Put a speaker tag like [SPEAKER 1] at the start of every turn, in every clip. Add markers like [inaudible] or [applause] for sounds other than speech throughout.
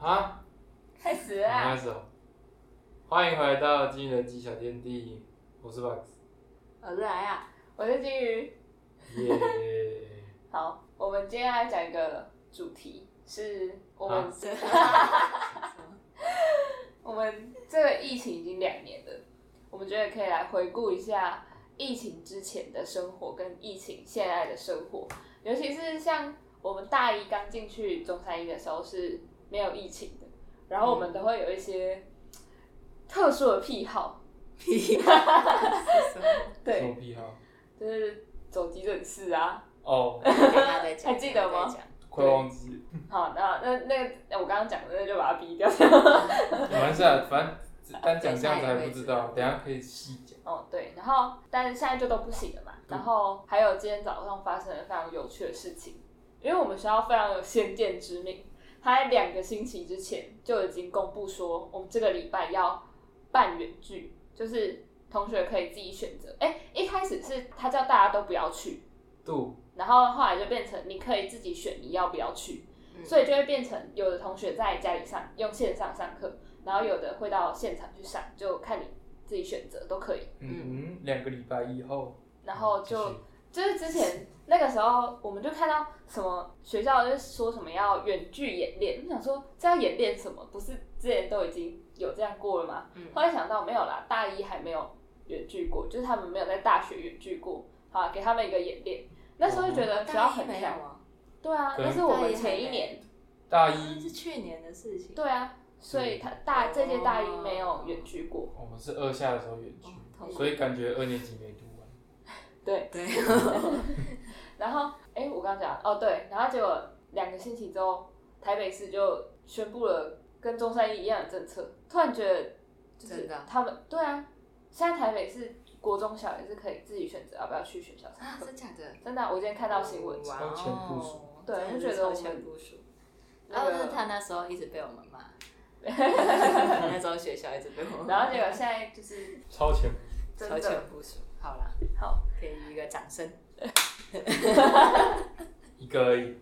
[SPEAKER 1] 啊，
[SPEAKER 2] 开始
[SPEAKER 1] 我们
[SPEAKER 2] 啊！
[SPEAKER 1] 开始哦。欢迎回到金鱼人机小天地，我是
[SPEAKER 2] [laughs]
[SPEAKER 1] Box。
[SPEAKER 2] 我是来啊，我是金鱼。
[SPEAKER 1] 耶！
[SPEAKER 2] 好，我们接下来讲一个主题，是我们、
[SPEAKER 1] 啊
[SPEAKER 3] [laughs]
[SPEAKER 2] 我们这个疫情已经两年了，我们觉得可以来回顾一下疫情之前的生活跟疫情现在的生活，尤其是像我们大一刚进去中山一的时候是没有疫情的，然后我们都会有一些特殊的癖好，
[SPEAKER 3] 屁啊！是什么
[SPEAKER 1] 什
[SPEAKER 2] 对，
[SPEAKER 1] 么癖好？
[SPEAKER 2] 就是走急诊室啊，
[SPEAKER 1] [laughs] 哦，
[SPEAKER 3] 等一下再讲
[SPEAKER 2] 还记得吗
[SPEAKER 3] 等一下再讲
[SPEAKER 1] 快忘记，
[SPEAKER 2] 好，那那那那我刚刚讲的那就把它逼掉。
[SPEAKER 3] 嗯
[SPEAKER 1] 没关系啊，反正单讲这样子还不知道，等一下可以细讲。
[SPEAKER 2] 哦，对，然后但是现在就都不行了嘛。然后还有今天早上发生了非常有趣的事情，因为我们学校非常有先见之明，他在两个星期之前就已经公布说，我们这个礼拜要办远距，就是同学可以自己选择。哎，一开始是他叫大家都不要去，
[SPEAKER 1] 度
[SPEAKER 2] 然后后来就变成你可以自己选你要不要去。
[SPEAKER 3] 嗯
[SPEAKER 2] 所以就会变成有的同学在家里上用线上上课，然后有的会到现场去上，就看你自己选择都可以。
[SPEAKER 1] 嗯，两个礼拜以后，嗯
[SPEAKER 2] 然
[SPEAKER 3] 哦
[SPEAKER 2] 后就
[SPEAKER 1] 继续
[SPEAKER 2] 就是之前那个时候，我们就看到什么学校就是说什么要远距演练，我想说这要演练什么？不是之前都已经有这样过了吗？
[SPEAKER 3] 嗯
[SPEAKER 2] 后来想到没有啦，大一还没有远距过，就是他们没有在大学远距过，好啊给他们一个演练。那时候就觉得学校
[SPEAKER 3] 哦大一
[SPEAKER 2] 很
[SPEAKER 3] 没有
[SPEAKER 2] 强，
[SPEAKER 3] 啊，
[SPEAKER 2] 对啊，
[SPEAKER 1] 可
[SPEAKER 2] 那
[SPEAKER 1] 能
[SPEAKER 2] 是我们
[SPEAKER 3] 大一还
[SPEAKER 2] 前一
[SPEAKER 3] 没
[SPEAKER 2] 年
[SPEAKER 1] 大
[SPEAKER 3] 那是
[SPEAKER 1] 一，
[SPEAKER 3] 去年的事情。
[SPEAKER 2] 对啊，所以他大
[SPEAKER 3] 哦
[SPEAKER 2] 这届大一没有远距过，
[SPEAKER 1] 我们是二下的时候远
[SPEAKER 3] 哦
[SPEAKER 1] 距，
[SPEAKER 3] 痛苦
[SPEAKER 1] 所以感觉二年级没读完。
[SPEAKER 2] 对。
[SPEAKER 3] 对，
[SPEAKER 2] 然后，哎、我刚讲哦，对，然后结果两个星期之后，台北市就宣布了跟中山一一样的政策，突然觉得就是
[SPEAKER 3] 真的啊
[SPEAKER 2] 他们对啊，现在台北市国中小也是可以自己选择要不要去学校上
[SPEAKER 3] [laughs] 啊，
[SPEAKER 2] 课，
[SPEAKER 3] 真假的？
[SPEAKER 2] 真的啊、我今天看到新闻，
[SPEAKER 3] 哇
[SPEAKER 1] 超前部署
[SPEAKER 3] 哦
[SPEAKER 2] 对
[SPEAKER 3] 真的
[SPEAKER 2] 就觉
[SPEAKER 3] 是
[SPEAKER 2] 得我
[SPEAKER 3] 超
[SPEAKER 2] 们
[SPEAKER 3] 前部署。然
[SPEAKER 2] 那
[SPEAKER 3] 后
[SPEAKER 2] 个
[SPEAKER 3] 就是他那时候一直被我们
[SPEAKER 2] [laughs]
[SPEAKER 3] 骂，那时候学校一直被我们骂，
[SPEAKER 2] 然后结果现在就是
[SPEAKER 1] 超前部
[SPEAKER 2] 真
[SPEAKER 3] 超
[SPEAKER 2] 的
[SPEAKER 3] 前部署。好啦，
[SPEAKER 2] 好，
[SPEAKER 3] 给予一个掌声。
[SPEAKER 1] 署一个而已，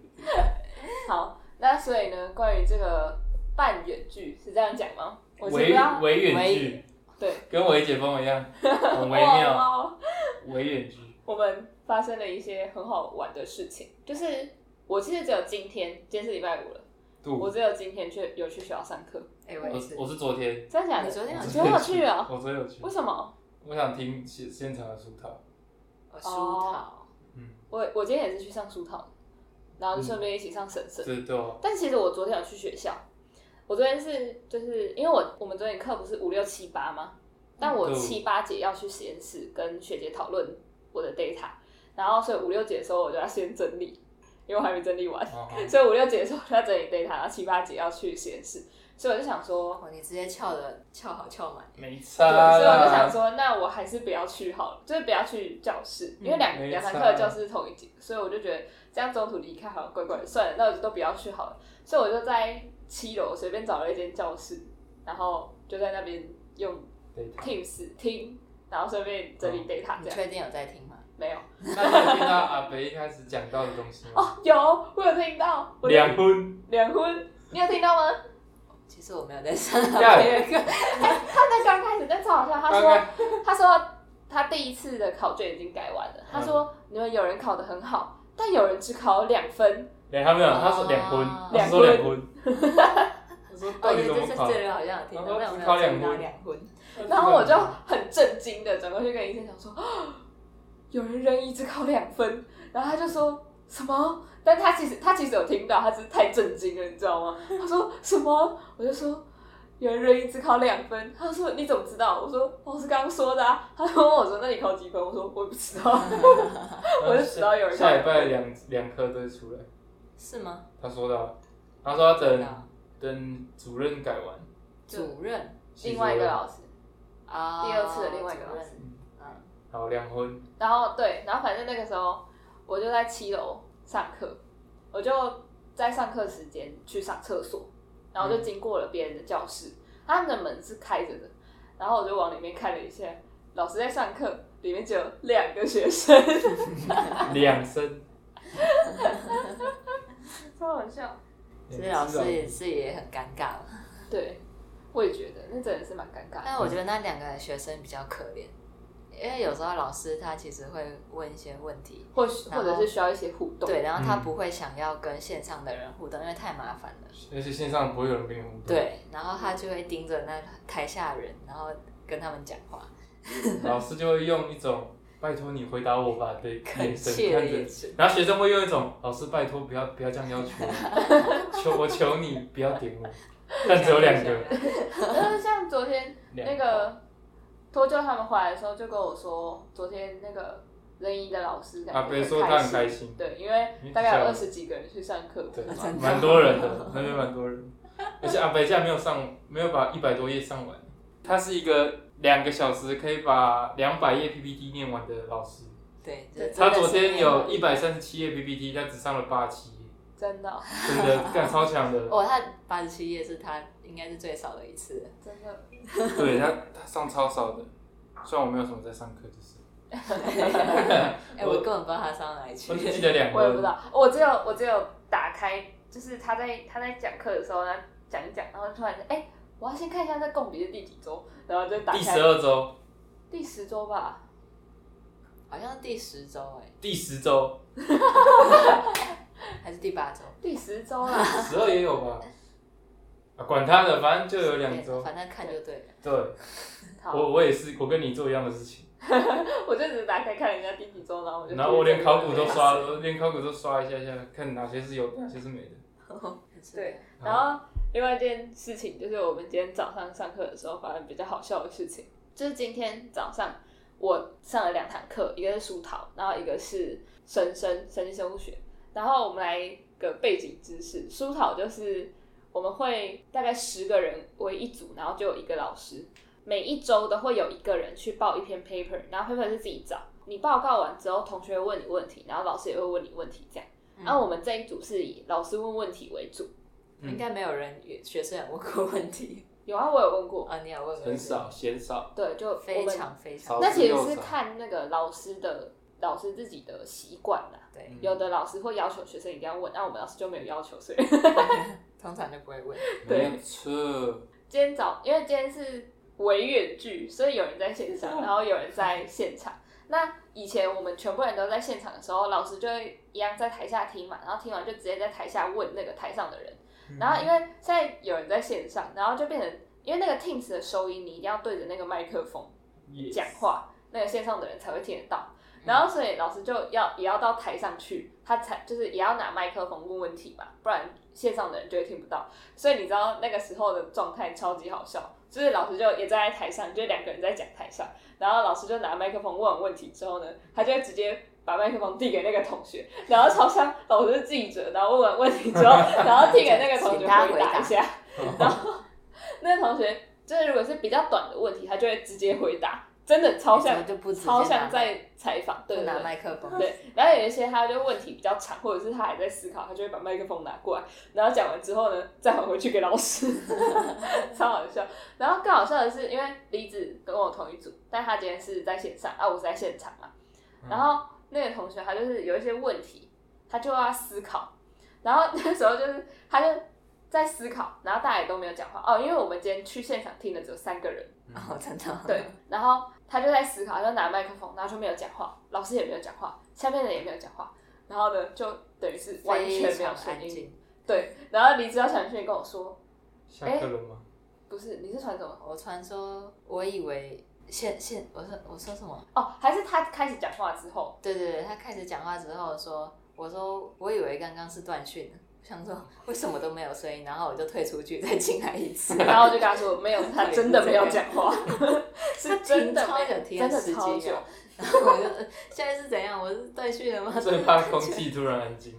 [SPEAKER 2] 好，那所以呢，关于这个半远距是这样讲吗？我是不知
[SPEAKER 1] 维
[SPEAKER 2] 道，
[SPEAKER 1] 维远
[SPEAKER 3] 微
[SPEAKER 1] 距，
[SPEAKER 2] 对，
[SPEAKER 1] 跟维解封一样，很
[SPEAKER 2] [laughs]
[SPEAKER 1] 微
[SPEAKER 2] 哇
[SPEAKER 1] 妙。
[SPEAKER 2] 哇
[SPEAKER 1] 维远距，
[SPEAKER 2] 我们发生了一些很好玩的事情，就是我其实只有今天，今天是礼拜五了，
[SPEAKER 1] 度
[SPEAKER 2] 我只有今天去有去学校上课，
[SPEAKER 3] 哎，我
[SPEAKER 1] 我
[SPEAKER 3] 也是。
[SPEAKER 1] 我是昨天，
[SPEAKER 2] 真的假的？
[SPEAKER 3] 你昨天有
[SPEAKER 1] 我
[SPEAKER 3] 去
[SPEAKER 2] 昨天哎有去哦、
[SPEAKER 1] 我昨天有去
[SPEAKER 2] 为，什么？
[SPEAKER 1] 我想听现现场的书套，
[SPEAKER 3] 我疏
[SPEAKER 2] 哦
[SPEAKER 3] 桃，
[SPEAKER 1] 嗯，
[SPEAKER 2] 我我今天也是去上书堂，然后就顺便一起上神社。
[SPEAKER 1] 这对哦，
[SPEAKER 2] 但其实我昨天有去学校，我昨天是就是因为我我们昨天课不是五六七八吗？但我
[SPEAKER 1] 嗯
[SPEAKER 2] 七八节要去实验室跟学姐讨论我的 data，然后所以五六节的时候我就要先整理，因为我还没整理完。 [laughs]
[SPEAKER 1] 好好
[SPEAKER 2] 所以五六节的时候要整理 data，然后七八节要去实验室，所以我就想说，
[SPEAKER 3] 哦，你直接翘的翘好翘满。
[SPEAKER 1] 没
[SPEAKER 2] 对
[SPEAKER 1] 差
[SPEAKER 2] 所以我就想
[SPEAKER 1] 啦，
[SPEAKER 2] 说，那我还是不要去好了，就是不要去教室，因为两
[SPEAKER 1] 嗯没
[SPEAKER 2] 两堂
[SPEAKER 1] 差
[SPEAKER 2] 课的教室是同一节，所以我就觉得这样中途离开好像怪怪的，算了，那我就都不要去好了。所以我就在七楼随便找了一间教室，然后就在那边用
[SPEAKER 1] 对
[SPEAKER 2] Teams 听，然后顺便整
[SPEAKER 1] 哦
[SPEAKER 2] 理 data
[SPEAKER 1] 嗯
[SPEAKER 3] 你
[SPEAKER 2] 这样。
[SPEAKER 3] 确定有在听吗？
[SPEAKER 2] 没有
[SPEAKER 1] 那你有听到阿北一开始讲到的东西吗？
[SPEAKER 2] 哦，有我有听到，我
[SPEAKER 1] 两婚，
[SPEAKER 2] 两婚，你有听到吗？
[SPEAKER 3] 其实我没有在上
[SPEAKER 1] 干
[SPEAKER 3] 别的课，
[SPEAKER 2] 他在刚开始，但超好笑，他
[SPEAKER 1] 刚
[SPEAKER 2] 说。
[SPEAKER 1] 刚
[SPEAKER 2] 他说他第一次的考卷已经改完了。他说你们有人考得很好，但有人只考两分。
[SPEAKER 1] 两他没有，他说两婚，
[SPEAKER 2] 啊
[SPEAKER 3] 哦
[SPEAKER 1] 他说两婚，
[SPEAKER 2] [laughs]
[SPEAKER 1] 我说
[SPEAKER 3] 哦，
[SPEAKER 1] 到底
[SPEAKER 3] 对，
[SPEAKER 1] 怎
[SPEAKER 3] 就
[SPEAKER 1] 么
[SPEAKER 3] 是
[SPEAKER 1] 考
[SPEAKER 3] 这？人好像有听到，但我没有
[SPEAKER 1] 考两
[SPEAKER 3] 听到
[SPEAKER 1] 分
[SPEAKER 3] 两婚。
[SPEAKER 1] 嗯
[SPEAKER 2] 然后我就很震惊的转过去跟医生讲说，啊有人人一只考两分。然后他就说什么？但他其实他其实有听到，他只是太震惊了，你知道吗？他说什么？我就说。有人人一只考两分，他说你怎么知道？我说老师刚刚说的啊。他问我说那你考几分？我说我也不知道。我就知道有人
[SPEAKER 1] 下礼拜两两科都会出来，
[SPEAKER 3] 是吗？
[SPEAKER 1] 他说到，他说要等
[SPEAKER 3] 啊
[SPEAKER 1] 等主任改完，
[SPEAKER 3] 主任
[SPEAKER 2] 另外一个老
[SPEAKER 1] 师，
[SPEAKER 2] 师，
[SPEAKER 3] 啊
[SPEAKER 2] 第二次的另外一个
[SPEAKER 3] 主
[SPEAKER 2] 老
[SPEAKER 3] 任
[SPEAKER 2] 师，
[SPEAKER 3] 嗯，
[SPEAKER 1] 好两婚，
[SPEAKER 2] 然后对，然后反正那个时候我就在七楼上课，我就在上课时间去上厕所，然后就经过了别人的教室，他们的门是开着的，然后我就往里面看了一下，老师在上课，里面只有两个学生，
[SPEAKER 1] 两生，
[SPEAKER 2] 超好笑。
[SPEAKER 3] 所以老
[SPEAKER 1] 啊
[SPEAKER 3] 师也是也很尴尬了。
[SPEAKER 2] 对，我也觉得那真的是蛮尴尬的。
[SPEAKER 3] 但我觉得那两个学生比较可怜，因为有时候老师他其实会问一些问题，
[SPEAKER 2] 或许
[SPEAKER 3] 然
[SPEAKER 2] 或
[SPEAKER 3] 后
[SPEAKER 2] 者是需要一些互动。
[SPEAKER 3] 对，然后他
[SPEAKER 1] 嗯
[SPEAKER 3] 不会想要跟线上的人互动，因为太麻烦了。
[SPEAKER 1] 而且线上不会有人跟你互动。，
[SPEAKER 3] 对，然后他就会盯着那台下人，然后跟他们讲话，
[SPEAKER 1] [laughs] 老师就会用一种“拜托你回答我吧”
[SPEAKER 3] [laughs]
[SPEAKER 1] 的
[SPEAKER 3] 恳
[SPEAKER 1] 眼神
[SPEAKER 3] 切的
[SPEAKER 1] 看
[SPEAKER 3] 眼
[SPEAKER 1] 着，
[SPEAKER 3] 神。
[SPEAKER 1] 然后学生会用一种“老师拜托不要不要这样要求我，
[SPEAKER 3] [laughs]
[SPEAKER 1] 求我求你不要点我”，但只有两个，
[SPEAKER 2] 就是像昨天
[SPEAKER 1] 两
[SPEAKER 2] 那个脱臼他们回来的时候，就跟我说，昨天那个仁义的老师感觉
[SPEAKER 1] 阿
[SPEAKER 2] 很
[SPEAKER 1] 贝啊说他很开
[SPEAKER 2] 心。
[SPEAKER 1] 心，
[SPEAKER 2] 对，因为大概有二十几个人去上课，
[SPEAKER 1] 对
[SPEAKER 3] 啊真，的
[SPEAKER 1] 蛮多人
[SPEAKER 3] [laughs]
[SPEAKER 1] 的，那边蛮多人，而且阿北竟然没有上，没有把一百多页上完，他是一个两个小时可以把两百页 PPT 念完的老师，
[SPEAKER 3] 对，
[SPEAKER 2] 对
[SPEAKER 3] 就
[SPEAKER 1] 他
[SPEAKER 3] 真的
[SPEAKER 1] 昨
[SPEAKER 3] 是
[SPEAKER 1] 天
[SPEAKER 3] 那
[SPEAKER 1] 有
[SPEAKER 3] 样
[SPEAKER 1] 一百三十七页 PPT，他只上了八七页，
[SPEAKER 2] 真的
[SPEAKER 1] 真的，干超强
[SPEAKER 3] [laughs]
[SPEAKER 1] 的。
[SPEAKER 3] 哦，他八十七页是他应该是最少的一次
[SPEAKER 1] [laughs]
[SPEAKER 3] 了，
[SPEAKER 2] 真的，
[SPEAKER 1] 对他，他上超少的，虽然我没有什么在上课，就是
[SPEAKER 3] 哎、我根本不知道他上哪里去
[SPEAKER 1] 我。只记得两
[SPEAKER 2] 我也不知
[SPEAKER 1] 个，
[SPEAKER 2] 道，哦我只有我只有打开，就是他在他在讲课的时候呢，讲一讲，然后突然哎、我要先看一下这共笔是第几周，然后就打开
[SPEAKER 1] 第十二周，
[SPEAKER 2] 第十周吧，
[SPEAKER 3] 好像是第十周哎、
[SPEAKER 1] 第十周，
[SPEAKER 3] 还是第八周？
[SPEAKER 2] 第十周啦，
[SPEAKER 1] 十二也有吧？啊，管他的，反正就有两周。
[SPEAKER 3] 哎反正看就对了。 [laughs]
[SPEAKER 1] 对，
[SPEAKER 2] 好，
[SPEAKER 1] 我我也是，我跟你做一样的事情，
[SPEAKER 2] 我就只是打开看人家第几周，然后我就
[SPEAKER 1] 然后我连考古都刷，我连考古都刷一下下，看哪些是有，哪些是没的。
[SPEAKER 2] 对，
[SPEAKER 1] 好
[SPEAKER 2] 然后另外一件事情就是我们今天早上上课的时候发生比较好笑的事情，就是今天早上我上了两堂课，一个是书桃，然后一个是神生神经生物学。然后我们来一个背景知识，书桃就是我们会大概十个人为一组，然后就有一个老师，每一周都会有一个人去报一篇 paper，然后 paper 是自己找。你报告完之后，同学会问你问题，然后老师也会问你问题，这样。
[SPEAKER 3] 嗯
[SPEAKER 2] 然后我们这一组是以老师问问题为主，
[SPEAKER 1] 嗯
[SPEAKER 3] 应该没有人也学生有问过问题
[SPEAKER 2] 有啊，我有问过。
[SPEAKER 3] 哦，你有问过？
[SPEAKER 1] 很，少，嫌少。
[SPEAKER 2] 对，就我
[SPEAKER 3] 非
[SPEAKER 2] 们。
[SPEAKER 3] 常非常
[SPEAKER 1] 好
[SPEAKER 2] 那其实
[SPEAKER 1] 老师
[SPEAKER 2] 是
[SPEAKER 1] 又少
[SPEAKER 2] 看那个老师的老师自己的习惯啦。
[SPEAKER 3] 对，
[SPEAKER 1] 嗯
[SPEAKER 2] 有的老师会要求学生一定要问，那我们老师就没有要求，所以 [laughs]
[SPEAKER 1] 嗯
[SPEAKER 3] 通常就不会问。
[SPEAKER 2] 对
[SPEAKER 1] 没错，
[SPEAKER 2] 今天早因为今天是微远距，所以有人在线上，然后有人在现场。那以前我们全部人都在现场的时候，老师就会一样在台下听嘛，然后听完就直接在台下问那个台上的人。
[SPEAKER 1] 嗯
[SPEAKER 2] 然后因为现在有人在线上，然后就变成因为那个 Teams 的收音，你一定要对着那个麦克风，
[SPEAKER 1] 嗯也
[SPEAKER 2] 讲话，那个线上的人才会听得到。然后所以老师就要也要到台上去，他才就是也要拿麦克风问问题嘛，不然线上的人就会听不到。所以你知道那个时候的状态超级好笑，就是老师就也站在台上，就两个人在讲台上，然后老师就拿麦克风问完问题之后呢，他就会直接。把麦克风递给那个同学，然后朝向老师记者，然后问完问题之后，然后递给那个同学
[SPEAKER 3] 请他回
[SPEAKER 2] 回答
[SPEAKER 3] 答
[SPEAKER 2] 一下。然后那个同学就是如果是比较短的问题，他就会直接回答，真的超像
[SPEAKER 3] 就不直接拿
[SPEAKER 2] 超像在采访，对
[SPEAKER 3] 不
[SPEAKER 2] 对
[SPEAKER 3] 拿
[SPEAKER 2] 对。
[SPEAKER 3] 麦克风。
[SPEAKER 2] 对，然后有一些他就问题比较长，或者是他还在思考，他就会把麦克风拿过来，然后讲完之后呢，再还回去给老师， [laughs] 超好笑。然后更好笑的是，因为李子跟我同一组，但他今天是在线上，啊，我是在现场嘛。
[SPEAKER 1] 嗯
[SPEAKER 2] 然后那个同学他就是有一些问题，他就要思考，然后那时候就是他就在思考，然后大家也都没有讲话哦，因为我们今天去现场听的只有三个人，
[SPEAKER 3] 哦，真的。
[SPEAKER 2] 对，然后他就在思考，他就拿麦克风，然后就没有讲话，老师也没有讲话，下面的人也没有讲话，然后呢就等于是完全
[SPEAKER 3] 非
[SPEAKER 2] 没有
[SPEAKER 3] 常
[SPEAKER 2] 声
[SPEAKER 3] 安
[SPEAKER 2] 音，
[SPEAKER 3] 静。
[SPEAKER 2] 对，然后李指导传讯跟我说，
[SPEAKER 1] 下课了吗？
[SPEAKER 2] 不是你是传什么？
[SPEAKER 3] 我传说，我以为现现，我说我说什么？
[SPEAKER 2] 哦，还是他开始讲话之后，
[SPEAKER 3] 对对对，他开始讲话之后说，我说我以为刚刚是断讯了，我想说为什么都没有声音，然后我就退出去再进来一次。
[SPEAKER 2] 然后我就跟他说没有，
[SPEAKER 3] [laughs]
[SPEAKER 2] 他真的没有讲话， [laughs] 是真的
[SPEAKER 3] 超
[SPEAKER 2] 没有
[SPEAKER 3] 久，停
[SPEAKER 2] 真
[SPEAKER 3] 了
[SPEAKER 2] 的
[SPEAKER 3] 十
[SPEAKER 2] 超
[SPEAKER 3] 几
[SPEAKER 2] 久
[SPEAKER 3] 秒。，啊然后我就呃现在是怎样？我是断讯
[SPEAKER 1] [laughs]
[SPEAKER 2] 哎
[SPEAKER 3] 了吗？
[SPEAKER 1] 最怕
[SPEAKER 2] [laughs]
[SPEAKER 1] 空气突然安静。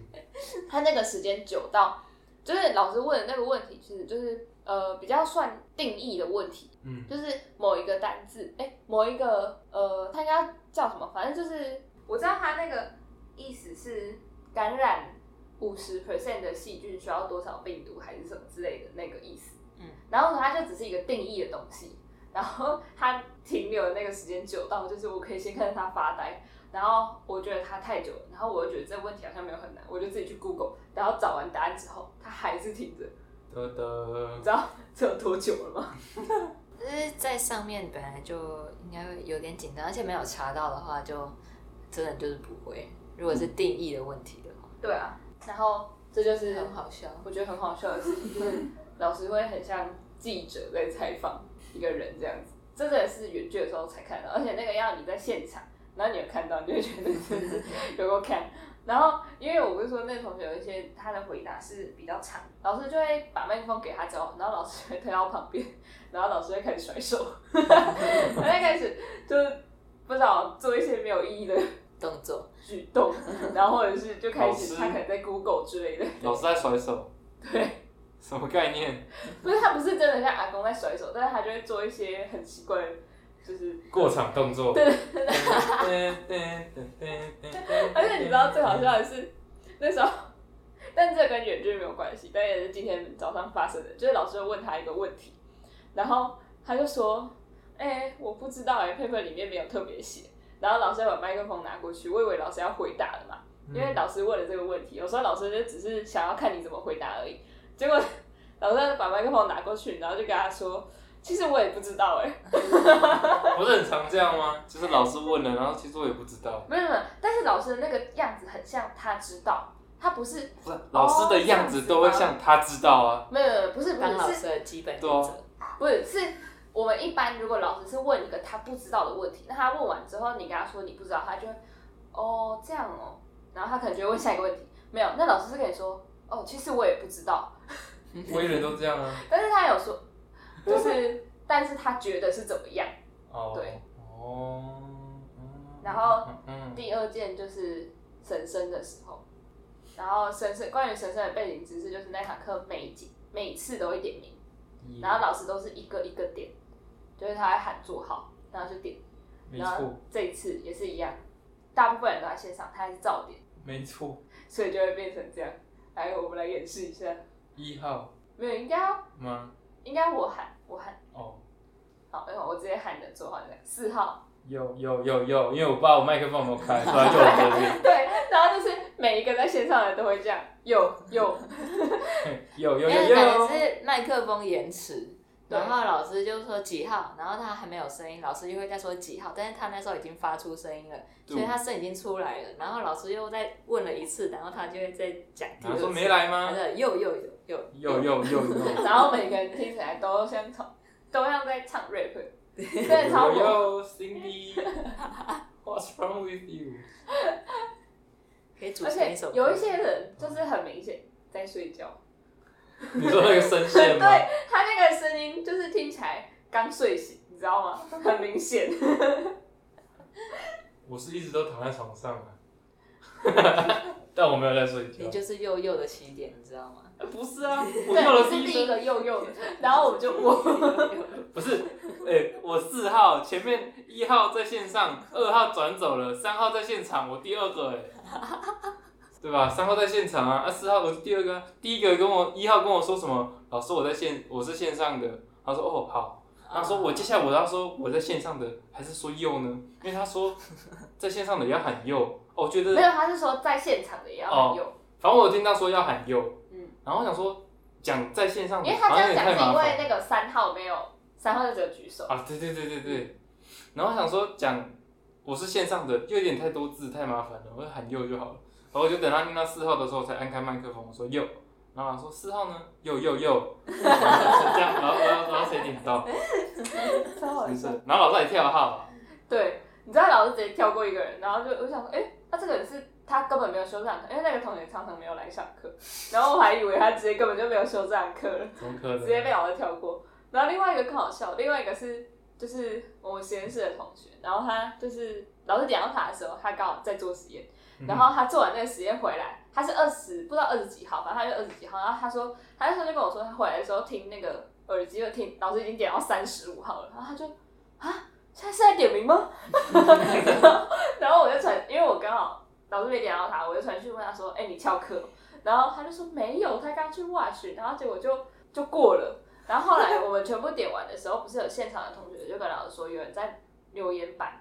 [SPEAKER 2] 他那个时间久到，就是老师问的那个问题，其实就是呃比较算定义的问题，
[SPEAKER 1] 嗯，
[SPEAKER 2] 就是某一个单字，哎、某一个呃，它应该叫什么？反正就是我知道它那个意思是感染五十 percent 的细菌需要多少病毒还是什么之类的那个意思。
[SPEAKER 3] 嗯，
[SPEAKER 2] 然后它就只是一个定义的东西，然后它停留的那个时间久到，就是我可以先看着它发呆，然后我觉得它太久了，然后我又觉得这个问题好像没有很难，我就自己去 Google，然后找完答案之后，它还是停着， [laughs]
[SPEAKER 1] 得
[SPEAKER 2] 你
[SPEAKER 1] 得，
[SPEAKER 2] 知道这有多久了吗？
[SPEAKER 3] 但是在上面本来就应该会有点紧张，而且没有查到的话就，真的就是不会。如果是定义的问题的话，
[SPEAKER 2] 对啊，然后这就是
[SPEAKER 3] 很好笑。
[SPEAKER 2] 我觉得很好笑的事情，就是
[SPEAKER 1] 嗯
[SPEAKER 2] 老师会很像记者在采访一个人这样子，这真的是远距的时候才看到，而且那个要你在现场，然后你有看到，你就会觉得真的是有够看。然后，因为我不是说那个同学有一些他的回答是比较长，老师就会把麦克风给他之后，然后老师就会推到旁边， [laughs] 然后老师就开始甩手，他就开始就是不知道做一些没有意义的
[SPEAKER 3] 动作，
[SPEAKER 2] 举动，然后或者是就开
[SPEAKER 1] 老
[SPEAKER 2] 始
[SPEAKER 1] 师
[SPEAKER 2] 他可能在 Google 之类的，
[SPEAKER 1] 老师在甩手，
[SPEAKER 2] 对。
[SPEAKER 1] 什么概念？
[SPEAKER 2] 不是他不是真的像阿公在甩手，但是他就会做一些很奇怪的，就是
[SPEAKER 1] 过场动作。
[SPEAKER 2] 对而
[SPEAKER 1] 而
[SPEAKER 2] 且你知道最好笑的是那时候， [laughs] 但这跟远距没有关系，但也是今天早上发生的，就是老师会问他一个问题，然后他就说：“哎、我不知道哎、p a p e r 里面没有特别写。”然后老师把麦克风拿过去，我以为老师要回答了嘛，
[SPEAKER 1] 嗯
[SPEAKER 2] 因为老师问了这个问题，有时候老师就只是想要看你怎么回答而已。结果老师把麦克风拿过去，然后就跟他说：“其实我也不知道哎、
[SPEAKER 1] 嗯不是很常这样吗？就是老师问了，然后其实我也不知道，
[SPEAKER 2] 没有没有，但是老师的那个样子很像他知道，他不是
[SPEAKER 1] 不是老师的样子都会像他知道啊。
[SPEAKER 2] 没有没有不是不
[SPEAKER 3] 当老
[SPEAKER 2] 是
[SPEAKER 3] 师
[SPEAKER 2] 是
[SPEAKER 3] 的基本原
[SPEAKER 1] 对
[SPEAKER 3] 则
[SPEAKER 1] 啊。
[SPEAKER 2] 不是是我们一般如果老师是问一个他不知道的问题，那他问完之后你跟他说你不知道，他就会哦这样哦，然后他可能就会问下一个问题。没有，那老师是跟你说哦，其实我也不知道，哦
[SPEAKER 1] 为人都这样啊。
[SPEAKER 2] 但是他有说就是，但是他觉得是怎么样。
[SPEAKER 1] 哦，
[SPEAKER 2] 对，
[SPEAKER 1] 哦，嗯
[SPEAKER 2] 然后
[SPEAKER 1] 嗯嗯
[SPEAKER 2] 第二件就是婶婶的时候，然后婶婶关于婶婶的背景知识就是那堂课每一节每次都会点名。
[SPEAKER 1] 嗯
[SPEAKER 2] 然后老师都是一个一个点，就是他会喊坐好，然后就点。
[SPEAKER 1] 没
[SPEAKER 2] 然后
[SPEAKER 1] 错，
[SPEAKER 2] 这一次也是一样，大部分人都在线上，他还是照点， [laughs]
[SPEAKER 1] 没错，
[SPEAKER 2] 所以就会变成这样。来，我们来演示一下。
[SPEAKER 1] 一号
[SPEAKER 2] 没有，应该要
[SPEAKER 1] 吗？
[SPEAKER 2] 应该我喊，我喊。
[SPEAKER 1] 哦，
[SPEAKER 2] 好，没有，我直接喊着坐好这样。四号，
[SPEAKER 1] 有有有有，因为我爸我麦克风没有开，所以他就很这边。
[SPEAKER 2] [laughs] 对，然后就是每一个在线上的人都会这样，有有， [laughs]
[SPEAKER 1] 嘿有有
[SPEAKER 3] 因
[SPEAKER 1] 有
[SPEAKER 3] 为感
[SPEAKER 1] 有
[SPEAKER 3] 觉，是麦克风延迟，
[SPEAKER 2] 对
[SPEAKER 3] 然后老师就说几号，然后他还没有声音，老师就会再说几号，但是他那时候已经发出声音了，所以他声已经出来了，然后老师又再问了一次，然后他就会再讲第
[SPEAKER 1] 然
[SPEAKER 3] 二
[SPEAKER 1] 后
[SPEAKER 3] 次，
[SPEAKER 1] 说没来吗
[SPEAKER 3] 他？说又又又又
[SPEAKER 1] 有有有有。
[SPEAKER 2] 然后每个人听起来都像唱， [laughs] 都像在唱 rap，真
[SPEAKER 1] [laughs]
[SPEAKER 2] 的超
[SPEAKER 1] 有
[SPEAKER 2] 火。
[SPEAKER 1] 有
[SPEAKER 2] [laughs]
[SPEAKER 1] Cindy，What's wrong with you？
[SPEAKER 3] 可以组
[SPEAKER 2] 而
[SPEAKER 3] 成一首
[SPEAKER 2] 且
[SPEAKER 3] 歌，
[SPEAKER 2] 有一些人就是很明显在睡觉。
[SPEAKER 1] 你说那个声线吗？
[SPEAKER 2] [laughs] 对他那个声音就是听起来刚睡醒，你知道
[SPEAKER 1] [laughs]
[SPEAKER 2] 吗？很明显。
[SPEAKER 1] 我是一直都躺在床上啊， [laughs] 但我没有在睡觉
[SPEAKER 3] 你。就是又又的起点，你知道吗？
[SPEAKER 1] 不是
[SPEAKER 2] [laughs]
[SPEAKER 1] 啊，我
[SPEAKER 2] 对，
[SPEAKER 1] 用
[SPEAKER 2] 我
[SPEAKER 1] 了
[SPEAKER 2] 是
[SPEAKER 1] 第
[SPEAKER 2] 第
[SPEAKER 1] 声，
[SPEAKER 2] 一个又又的，然后我们就我，
[SPEAKER 1] [laughs]
[SPEAKER 3] [laughs]
[SPEAKER 1] 不是，哎、我四号前面一号在线上，二号转走了，三号在现场，我第二个
[SPEAKER 2] [laughs]
[SPEAKER 1] 哎、对吧？三号在现场啊，啊四号我是第二个啊，第一个跟我一号跟我说什么？老师我在线，我是线上的，他说哦好，他说我接下来我要说我在线上的还是说右呢？因为他说
[SPEAKER 2] [laughs]
[SPEAKER 1] 在线上的要喊右，哦我觉得
[SPEAKER 2] 没有，他是说在现场的也要
[SPEAKER 1] 哦
[SPEAKER 2] 很右，
[SPEAKER 1] 反正我有听到说要喊右，
[SPEAKER 2] 嗯，
[SPEAKER 1] 然后我想说讲在线上的
[SPEAKER 2] 因为他
[SPEAKER 1] 好
[SPEAKER 2] 这
[SPEAKER 1] 像有
[SPEAKER 2] 样
[SPEAKER 1] 点
[SPEAKER 2] 讲
[SPEAKER 1] 太
[SPEAKER 2] 是因
[SPEAKER 1] 麻
[SPEAKER 2] 为
[SPEAKER 1] 烦
[SPEAKER 2] 那个三号没有，三号就只有举手，
[SPEAKER 1] 啊，对对对对对，然后我想说讲我是线上的又有点太多字太麻烦了，我就喊右就好了。然后我就等他念到四号的时候，我才按开麦克风，我说右，然后他说四号呢右右右，然后就这样，然后然后然后谁点到？
[SPEAKER 2] 超好
[SPEAKER 1] 是不是然后老师还跳号。
[SPEAKER 2] 对，你知道老师直接跳过一个人，然后就我想说，哎、他这个人是他根本没有修这堂课，因为那个同学常常没有来上课，然后我还以为他直接根本就没有修这堂课了。
[SPEAKER 1] 怎么可能？
[SPEAKER 2] 直接被老师跳过。然后另外一个更好笑，另外一个是就是我们实验室的同学，然后他就是老师讲到他的时候，他刚好在做实验，
[SPEAKER 1] 嗯
[SPEAKER 2] 然后他做完那个实验回来，他是二十不知道二十几号，反正他就二十几号。然后他说，他那时候就跟我说，他回来的时候听那个耳机就听老师已经点到三十五号了，然后他就啊，现在是在点名吗？ [laughs] 然后然后我就传，因为我刚好老师没点到他，我就传讯问他说，哎、你翘课哦？然后他就说没有，他刚去 watch，然后结果就就过了。然后后来我们全部点完的时候，不是有现场的同学就跟老师说有人在留言板。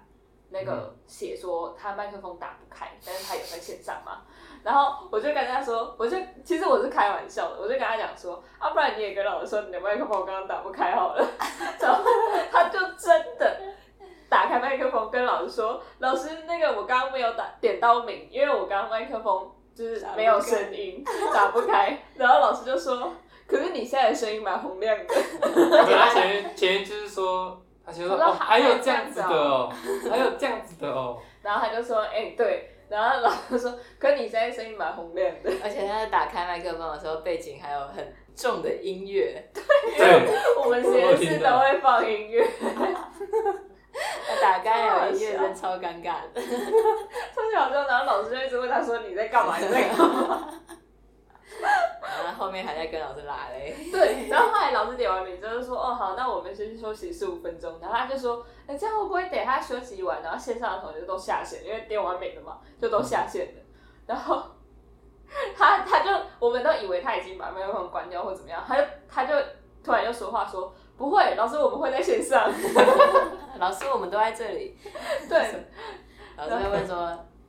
[SPEAKER 2] 那个写说他麦克风打不开，但是他有在线上嘛。然后我就跟他说，我就其实我是开玩笑的，我就跟他讲说，啊，不然你也跟老师说你的麦克风刚刚打不开好了。 [laughs] 然后他就真的打开麦克风跟老师说，老师那个我刚刚没有打点到名，因为我刚刚麦克风就是没有声音，打不开。然后老师就说，可是你现在的声音蛮洪亮的。
[SPEAKER 1] 没有他前面前面就是说，他前面说
[SPEAKER 2] 他说
[SPEAKER 1] 哦，还有这样子的哦，还有这样子的哦，
[SPEAKER 2] 然后他就说，哎、对。然后老师说，可是你现在声音蛮洪亮
[SPEAKER 3] [laughs]
[SPEAKER 2] 的。
[SPEAKER 3] 而且他在打开麦克风的时候，背景还有很重的音乐，
[SPEAKER 1] 对，
[SPEAKER 2] 我们实验室都会放音乐，
[SPEAKER 3] 他打开有音乐真的超尴尬的。
[SPEAKER 2] 从小时候，然后老师就一直问他说：“你在干嘛？你在干嘛
[SPEAKER 3] 然后后面还在跟老师拉嘞，？”
[SPEAKER 2] 对，然后后来老师点完名之后就说：“哦，好，那我们先休息十五分钟。”然后他就说：“哎、这样会不会等他休息完，然后线上的同学都下线，因为点完名了嘛，就都下线了。”然后他他就我们都以为他已经把麦克风关掉或怎么样，他就他就突然又说话说：“不会，老师，我们会在线上。
[SPEAKER 3] [laughs] 老师我们都在这里，”
[SPEAKER 2] 对，
[SPEAKER 3] 老师会问说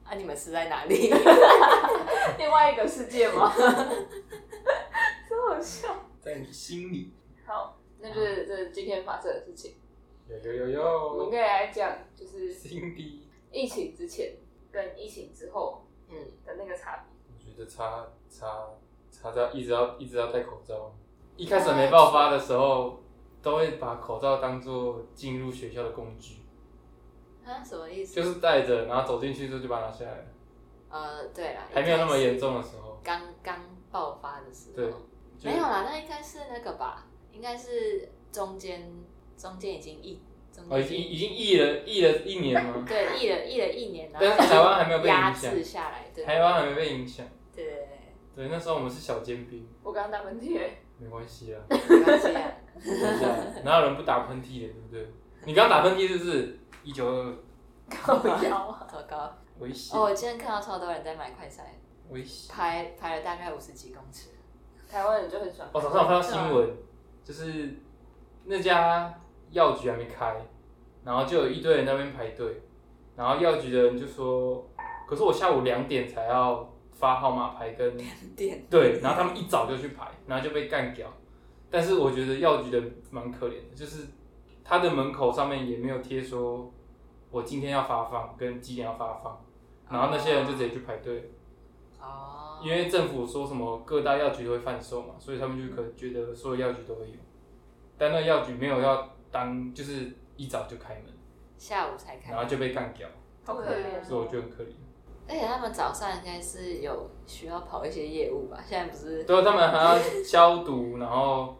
[SPEAKER 3] 啊你们是在哪 [laughs] 里？
[SPEAKER 2] 另外一个世界
[SPEAKER 3] [laughs]
[SPEAKER 2] 嘛，真好笑。
[SPEAKER 1] 在你心里，
[SPEAKER 2] 好，那就是这是今天发生的事情。
[SPEAKER 1] 有有有
[SPEAKER 2] 我们
[SPEAKER 1] 有
[SPEAKER 2] 可，以来讲，就是
[SPEAKER 1] 心底，
[SPEAKER 2] 疫情之前跟疫情之后
[SPEAKER 3] 嗯，
[SPEAKER 2] 的那个差别。
[SPEAKER 1] 我觉得擦擦擦到一直要一直要戴口罩，一开始
[SPEAKER 3] 哎
[SPEAKER 1] 没爆发的时候，都会把口罩当做进入学校的工具，
[SPEAKER 3] 啊什么意思？
[SPEAKER 1] 就是戴着，然后走进去之后就把它拿下来了，
[SPEAKER 3] 呃对啦，
[SPEAKER 1] 还没有那么严，重的时候，
[SPEAKER 3] 刚刚爆发的时
[SPEAKER 1] 对
[SPEAKER 3] 候。
[SPEAKER 1] 就
[SPEAKER 3] 没有啦，那应该是那个吧，应该是中间中间已经疫，中
[SPEAKER 1] 哦，
[SPEAKER 3] 间
[SPEAKER 1] 已经已经疫了疫了一年
[SPEAKER 3] [laughs]
[SPEAKER 1] 吗？
[SPEAKER 3] 对疫了疫了一年，然
[SPEAKER 1] 但
[SPEAKER 3] 后
[SPEAKER 1] 是台湾还没有被
[SPEAKER 3] 压
[SPEAKER 1] 影响，
[SPEAKER 3] 制下来，对
[SPEAKER 1] 台湾还没被影响。
[SPEAKER 3] 对对对
[SPEAKER 1] 对，那时候我们是小尖兵，
[SPEAKER 2] 我刚刚打喷
[SPEAKER 3] [laughs]
[SPEAKER 2] 嚏，
[SPEAKER 1] 没关系啊，
[SPEAKER 3] 对，没关系啊，
[SPEAKER 1] 等一下哪有人不打喷嚏的，对不对？你刚打喷嚏是不是？一九二
[SPEAKER 2] 靠腰。
[SPEAKER 3] 糟糕！
[SPEAKER 1] 危险
[SPEAKER 3] [laughs] 哦，，我今天看到超多人在买快塞，
[SPEAKER 1] 危险。
[SPEAKER 3] 排排了大概五十几公尺，
[SPEAKER 2] 台湾人就很喜欢
[SPEAKER 1] 哦，早上我看到新闻，就是那家药局还没开，然后就有一堆人在那边排队，然后药局的人就说，可是我下午两点才要发号码牌跟
[SPEAKER 3] 点
[SPEAKER 1] 对，然后他们一早就去排，然后就被干掉。但是我觉得药局的蛮可怜的，就是他的门口上面也没有贴说我今天要发放跟几点要发放，然后那些人就直接去排队，
[SPEAKER 3] 哦，
[SPEAKER 1] 因为政府说什么各大药局都会贩售嘛，所以他们就可能觉得所有药局都会有，但那药局没有要当就是一早就开门，
[SPEAKER 3] 下午才开
[SPEAKER 1] 然，后就被干掉，
[SPEAKER 2] 好可怜
[SPEAKER 1] 所以我觉得很可怜。
[SPEAKER 3] 而且他们早上应该是有需要跑一些业务吧，现在不是
[SPEAKER 1] 对啊，他们还要消毒，然后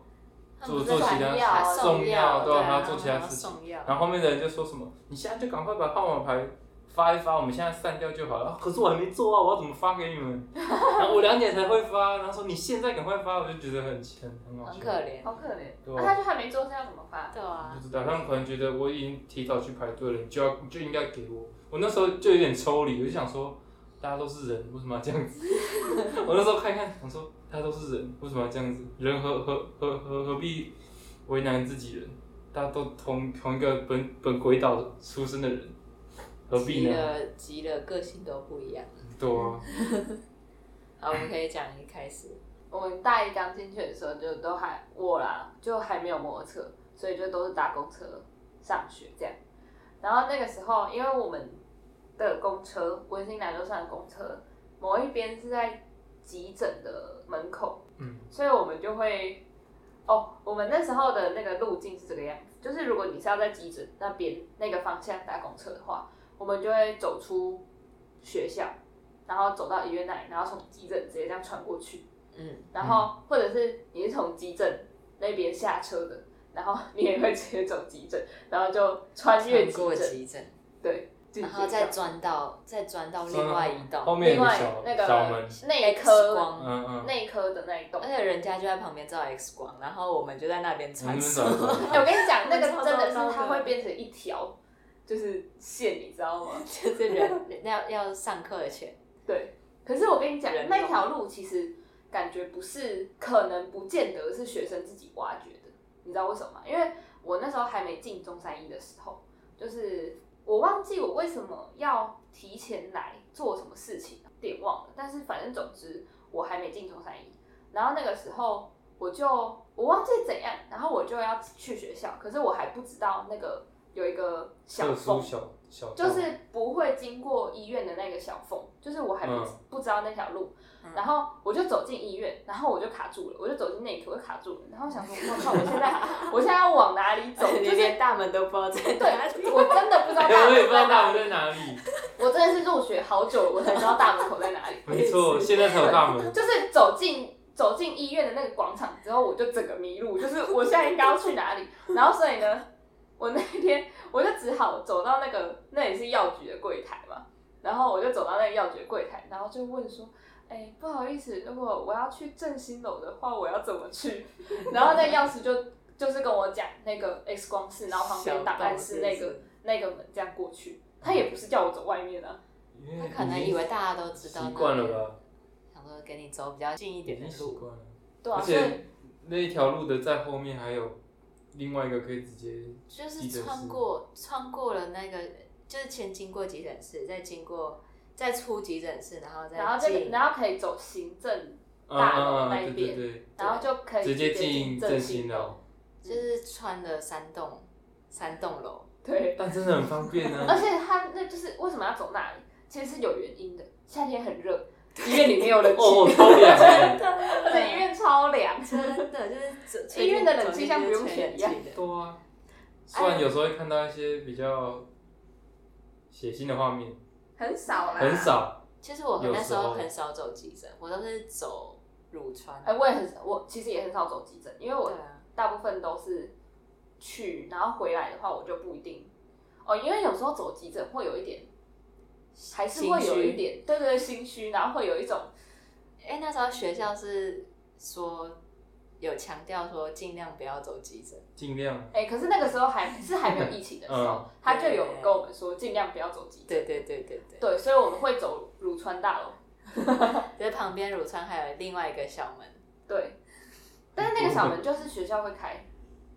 [SPEAKER 3] 他们
[SPEAKER 1] 做
[SPEAKER 3] 不
[SPEAKER 1] 做
[SPEAKER 3] 是
[SPEAKER 1] 其
[SPEAKER 3] 还
[SPEAKER 1] 他
[SPEAKER 3] 要
[SPEAKER 1] 送
[SPEAKER 3] 送
[SPEAKER 1] 药，对啊，
[SPEAKER 3] 对啊，
[SPEAKER 1] 还要做其他
[SPEAKER 3] 然后
[SPEAKER 1] 事情。
[SPEAKER 3] 送药，
[SPEAKER 1] 然后后面的人就说什么：“你现在就赶快把号码牌发一发，我们现在散掉就好了。啊”可是我还没做啊，我要怎么发给你们？ [laughs] 然后我两点才会发，然后说你现在赶快发，我就觉得很很很好
[SPEAKER 3] 很
[SPEAKER 1] 笑。
[SPEAKER 3] 可怜，
[SPEAKER 2] 好可怜。
[SPEAKER 1] 对
[SPEAKER 2] 那、他就还没做，这样怎么办？
[SPEAKER 3] 对啊
[SPEAKER 1] 不，知道他们可能觉得我已经提早去排队了，你就要你就应该给我。我那时候就有点抽离，我就想说，大家都是人，为什么要这样子？我那时候看一看，想说大家都是人，为什么要这样子？人何何何何何必为难自己人？大家都同同一个本本鬼岛出生的人，何必
[SPEAKER 3] 急
[SPEAKER 1] 呢？
[SPEAKER 3] 了急了，个性都不一样。
[SPEAKER 1] 对啊，
[SPEAKER 3] 好，我们可以讲一开始，
[SPEAKER 2] 我们大一刚进去的时候，就都还我啦，就还没有摩托车，所以就都是搭公车上学这样。然后那个时候，因为我们的公车，文心南路上的公车，某一边是在急诊的门口，
[SPEAKER 1] 嗯，
[SPEAKER 2] 所以我们就会，哦，我们那时候的那个路径是这个样子，就是如果你是要在急诊那边那个方向搭公车的话，我们就会走出学校，然后走到医院那里，然后从急诊直接这样穿过去，
[SPEAKER 3] 嗯，
[SPEAKER 2] 然后或者是你是从急诊那边下车的，然后你也会直接走急诊， [laughs] 然后就穿越
[SPEAKER 3] 越
[SPEAKER 2] 急
[SPEAKER 3] 嗯过
[SPEAKER 2] 诊，
[SPEAKER 3] 急诊，
[SPEAKER 2] 对，进
[SPEAKER 3] 然
[SPEAKER 2] 学
[SPEAKER 3] 后
[SPEAKER 2] 校
[SPEAKER 3] 再钻到再钻到另外一
[SPEAKER 1] 后
[SPEAKER 3] 栋
[SPEAKER 1] 面有
[SPEAKER 2] 另
[SPEAKER 1] 个
[SPEAKER 2] 外
[SPEAKER 1] 小、
[SPEAKER 2] 那个
[SPEAKER 1] 小门，
[SPEAKER 2] 内
[SPEAKER 3] X
[SPEAKER 2] 科
[SPEAKER 3] 光，
[SPEAKER 1] 嗯嗯，
[SPEAKER 2] 内科的那一栋
[SPEAKER 3] 而。且人家就在旁边照 X 光，然后我们就在那边
[SPEAKER 1] 你们
[SPEAKER 3] 穿梭
[SPEAKER 1] 怎。么
[SPEAKER 2] 哎、我跟你讲，那个
[SPEAKER 3] 超
[SPEAKER 2] 真的
[SPEAKER 3] 糟
[SPEAKER 2] 是
[SPEAKER 3] 糕的
[SPEAKER 2] 它会变成一条，就是线，你知道吗？
[SPEAKER 3] [laughs] 就是人要要上课的前，
[SPEAKER 2] 对。可是我跟你讲
[SPEAKER 3] 人，
[SPEAKER 2] 那
[SPEAKER 3] 肉
[SPEAKER 2] 条路其实感觉不是，可能不见得是学生自己挖掘的，你知道为什么吗？因为我那时候还没进中山一的时候，就是我忘记我为什么要提前来做什么事情，有点忘了。但是反正总之我还没进中山一，然后那个时候我就我忘记怎样，然后我就要去学校，可是我还不知道那个有一个小
[SPEAKER 1] 特殊
[SPEAKER 2] 缝，
[SPEAKER 1] 小小道
[SPEAKER 2] 就是不会经过医院的那个小缝，就是我还不、
[SPEAKER 1] 嗯
[SPEAKER 2] 不知道那条路，
[SPEAKER 3] 嗯
[SPEAKER 2] 然后我就走进医院，然后我就卡住了，我就走进内科，我就卡住了，然后想 [laughs] 说，我靠，我现在我现在要往哪里 [laughs]
[SPEAKER 3] [laughs]
[SPEAKER 2] 走？
[SPEAKER 3] 你
[SPEAKER 2] 就是
[SPEAKER 3] 连大门都不知道在哪里
[SPEAKER 2] 对，。我真的不知道
[SPEAKER 1] 哎、
[SPEAKER 2] 大
[SPEAKER 1] 我也
[SPEAKER 2] 门
[SPEAKER 1] 不知道
[SPEAKER 2] 在
[SPEAKER 1] 大
[SPEAKER 2] 哪
[SPEAKER 1] 门
[SPEAKER 2] 里，
[SPEAKER 1] 在哪里。
[SPEAKER 2] 我真的是入学好久了，我才知道大门口在哪里。
[SPEAKER 1] 没错，
[SPEAKER 3] 我也是
[SPEAKER 1] 现在才有大门。
[SPEAKER 2] 就是走进走进医院的那个广场之后，我就整个迷路，就是我现在应该要去哪
[SPEAKER 3] [laughs]
[SPEAKER 2] 里？然后所以呢，我那天我就只好走到那个那也是药局的柜台嘛，然后我就走到那个药局的柜台，然后就问说。哎、不好意思，如果我要去振兴楼的话，我要怎么去？ [laughs] 然后那药师就就是跟我讲那个 X 光室，然后旁边档案室那
[SPEAKER 3] 小
[SPEAKER 2] 个
[SPEAKER 3] 道是
[SPEAKER 2] 那个门这样过去，他也不是叫我走外面啊，
[SPEAKER 1] 因
[SPEAKER 3] 他可能以为大家都知道
[SPEAKER 1] 习惯了
[SPEAKER 3] 那
[SPEAKER 1] 吧，
[SPEAKER 3] 想说跟你走比较近一
[SPEAKER 1] 已
[SPEAKER 3] 点的
[SPEAKER 1] 经习
[SPEAKER 3] 路，
[SPEAKER 1] 惯了。
[SPEAKER 2] 对啊，
[SPEAKER 1] 而
[SPEAKER 2] 所以
[SPEAKER 1] 且那一条路的在后面还有另外一个可以直接
[SPEAKER 3] 就是穿过穿过了那个，就是先经过急诊室，再经过再出急诊室，然后再
[SPEAKER 2] 然后这个，
[SPEAKER 3] 进
[SPEAKER 2] 然后可以走行政，
[SPEAKER 1] 嗯
[SPEAKER 2] 大楼
[SPEAKER 1] 嗯
[SPEAKER 2] 那
[SPEAKER 1] 嗯，对
[SPEAKER 2] 一边
[SPEAKER 1] 对
[SPEAKER 2] 然后就可
[SPEAKER 1] 对，
[SPEAKER 2] 以
[SPEAKER 1] 直接进振
[SPEAKER 2] 振
[SPEAKER 1] 兴
[SPEAKER 2] 楼。
[SPEAKER 1] 楼，
[SPEAKER 3] 就是穿了三栋三栋楼，
[SPEAKER 2] 对，
[SPEAKER 1] 但真的很方便啊呢、
[SPEAKER 2] [laughs] 而且它那就是为什么要走那里，其实是有原因的。夏天很热，医院里面有冷
[SPEAKER 1] [laughs] 哦，我
[SPEAKER 2] 气，
[SPEAKER 1] 超凉 [laughs] 哎、
[SPEAKER 2] 对，医院超凉。
[SPEAKER 3] 真的就是走
[SPEAKER 2] 医院的冷
[SPEAKER 3] 走
[SPEAKER 2] 气
[SPEAKER 3] 进
[SPEAKER 2] 像不
[SPEAKER 3] 就是
[SPEAKER 2] 用
[SPEAKER 3] 吹
[SPEAKER 2] 钱
[SPEAKER 3] 冷
[SPEAKER 2] 一样
[SPEAKER 3] 气的
[SPEAKER 1] 对啊，虽然有时候会看到一些比较血腥的画面，
[SPEAKER 2] 很少啦，
[SPEAKER 1] 很。少。
[SPEAKER 3] 其实我那时
[SPEAKER 1] 有时
[SPEAKER 3] 候
[SPEAKER 1] 候
[SPEAKER 3] 很少走急诊，我都是走乳川。啊
[SPEAKER 2] 哎，我也很少，我其实也很少走急诊，因为我
[SPEAKER 3] 对啊，
[SPEAKER 2] 大部分都是去，然后回来的话我就不一定。哦，因为有时候走急诊会有一点，还是会有一点，对对对，心虚，然后会有一种
[SPEAKER 3] 哎、那时候学校是说有强调说尽量不要走急诊，
[SPEAKER 1] 尽量，
[SPEAKER 2] 哎、可是那个时候还是还没有疫情的时候，
[SPEAKER 1] 嗯
[SPEAKER 2] 他就有跟我们说尽量不要走急诊。
[SPEAKER 3] 对对对对对，
[SPEAKER 2] 对，所以我们会走乳川大楼。
[SPEAKER 3] 在旁边乳川还有另外一个小门，
[SPEAKER 2] 对，但是那个小门就是学校会开，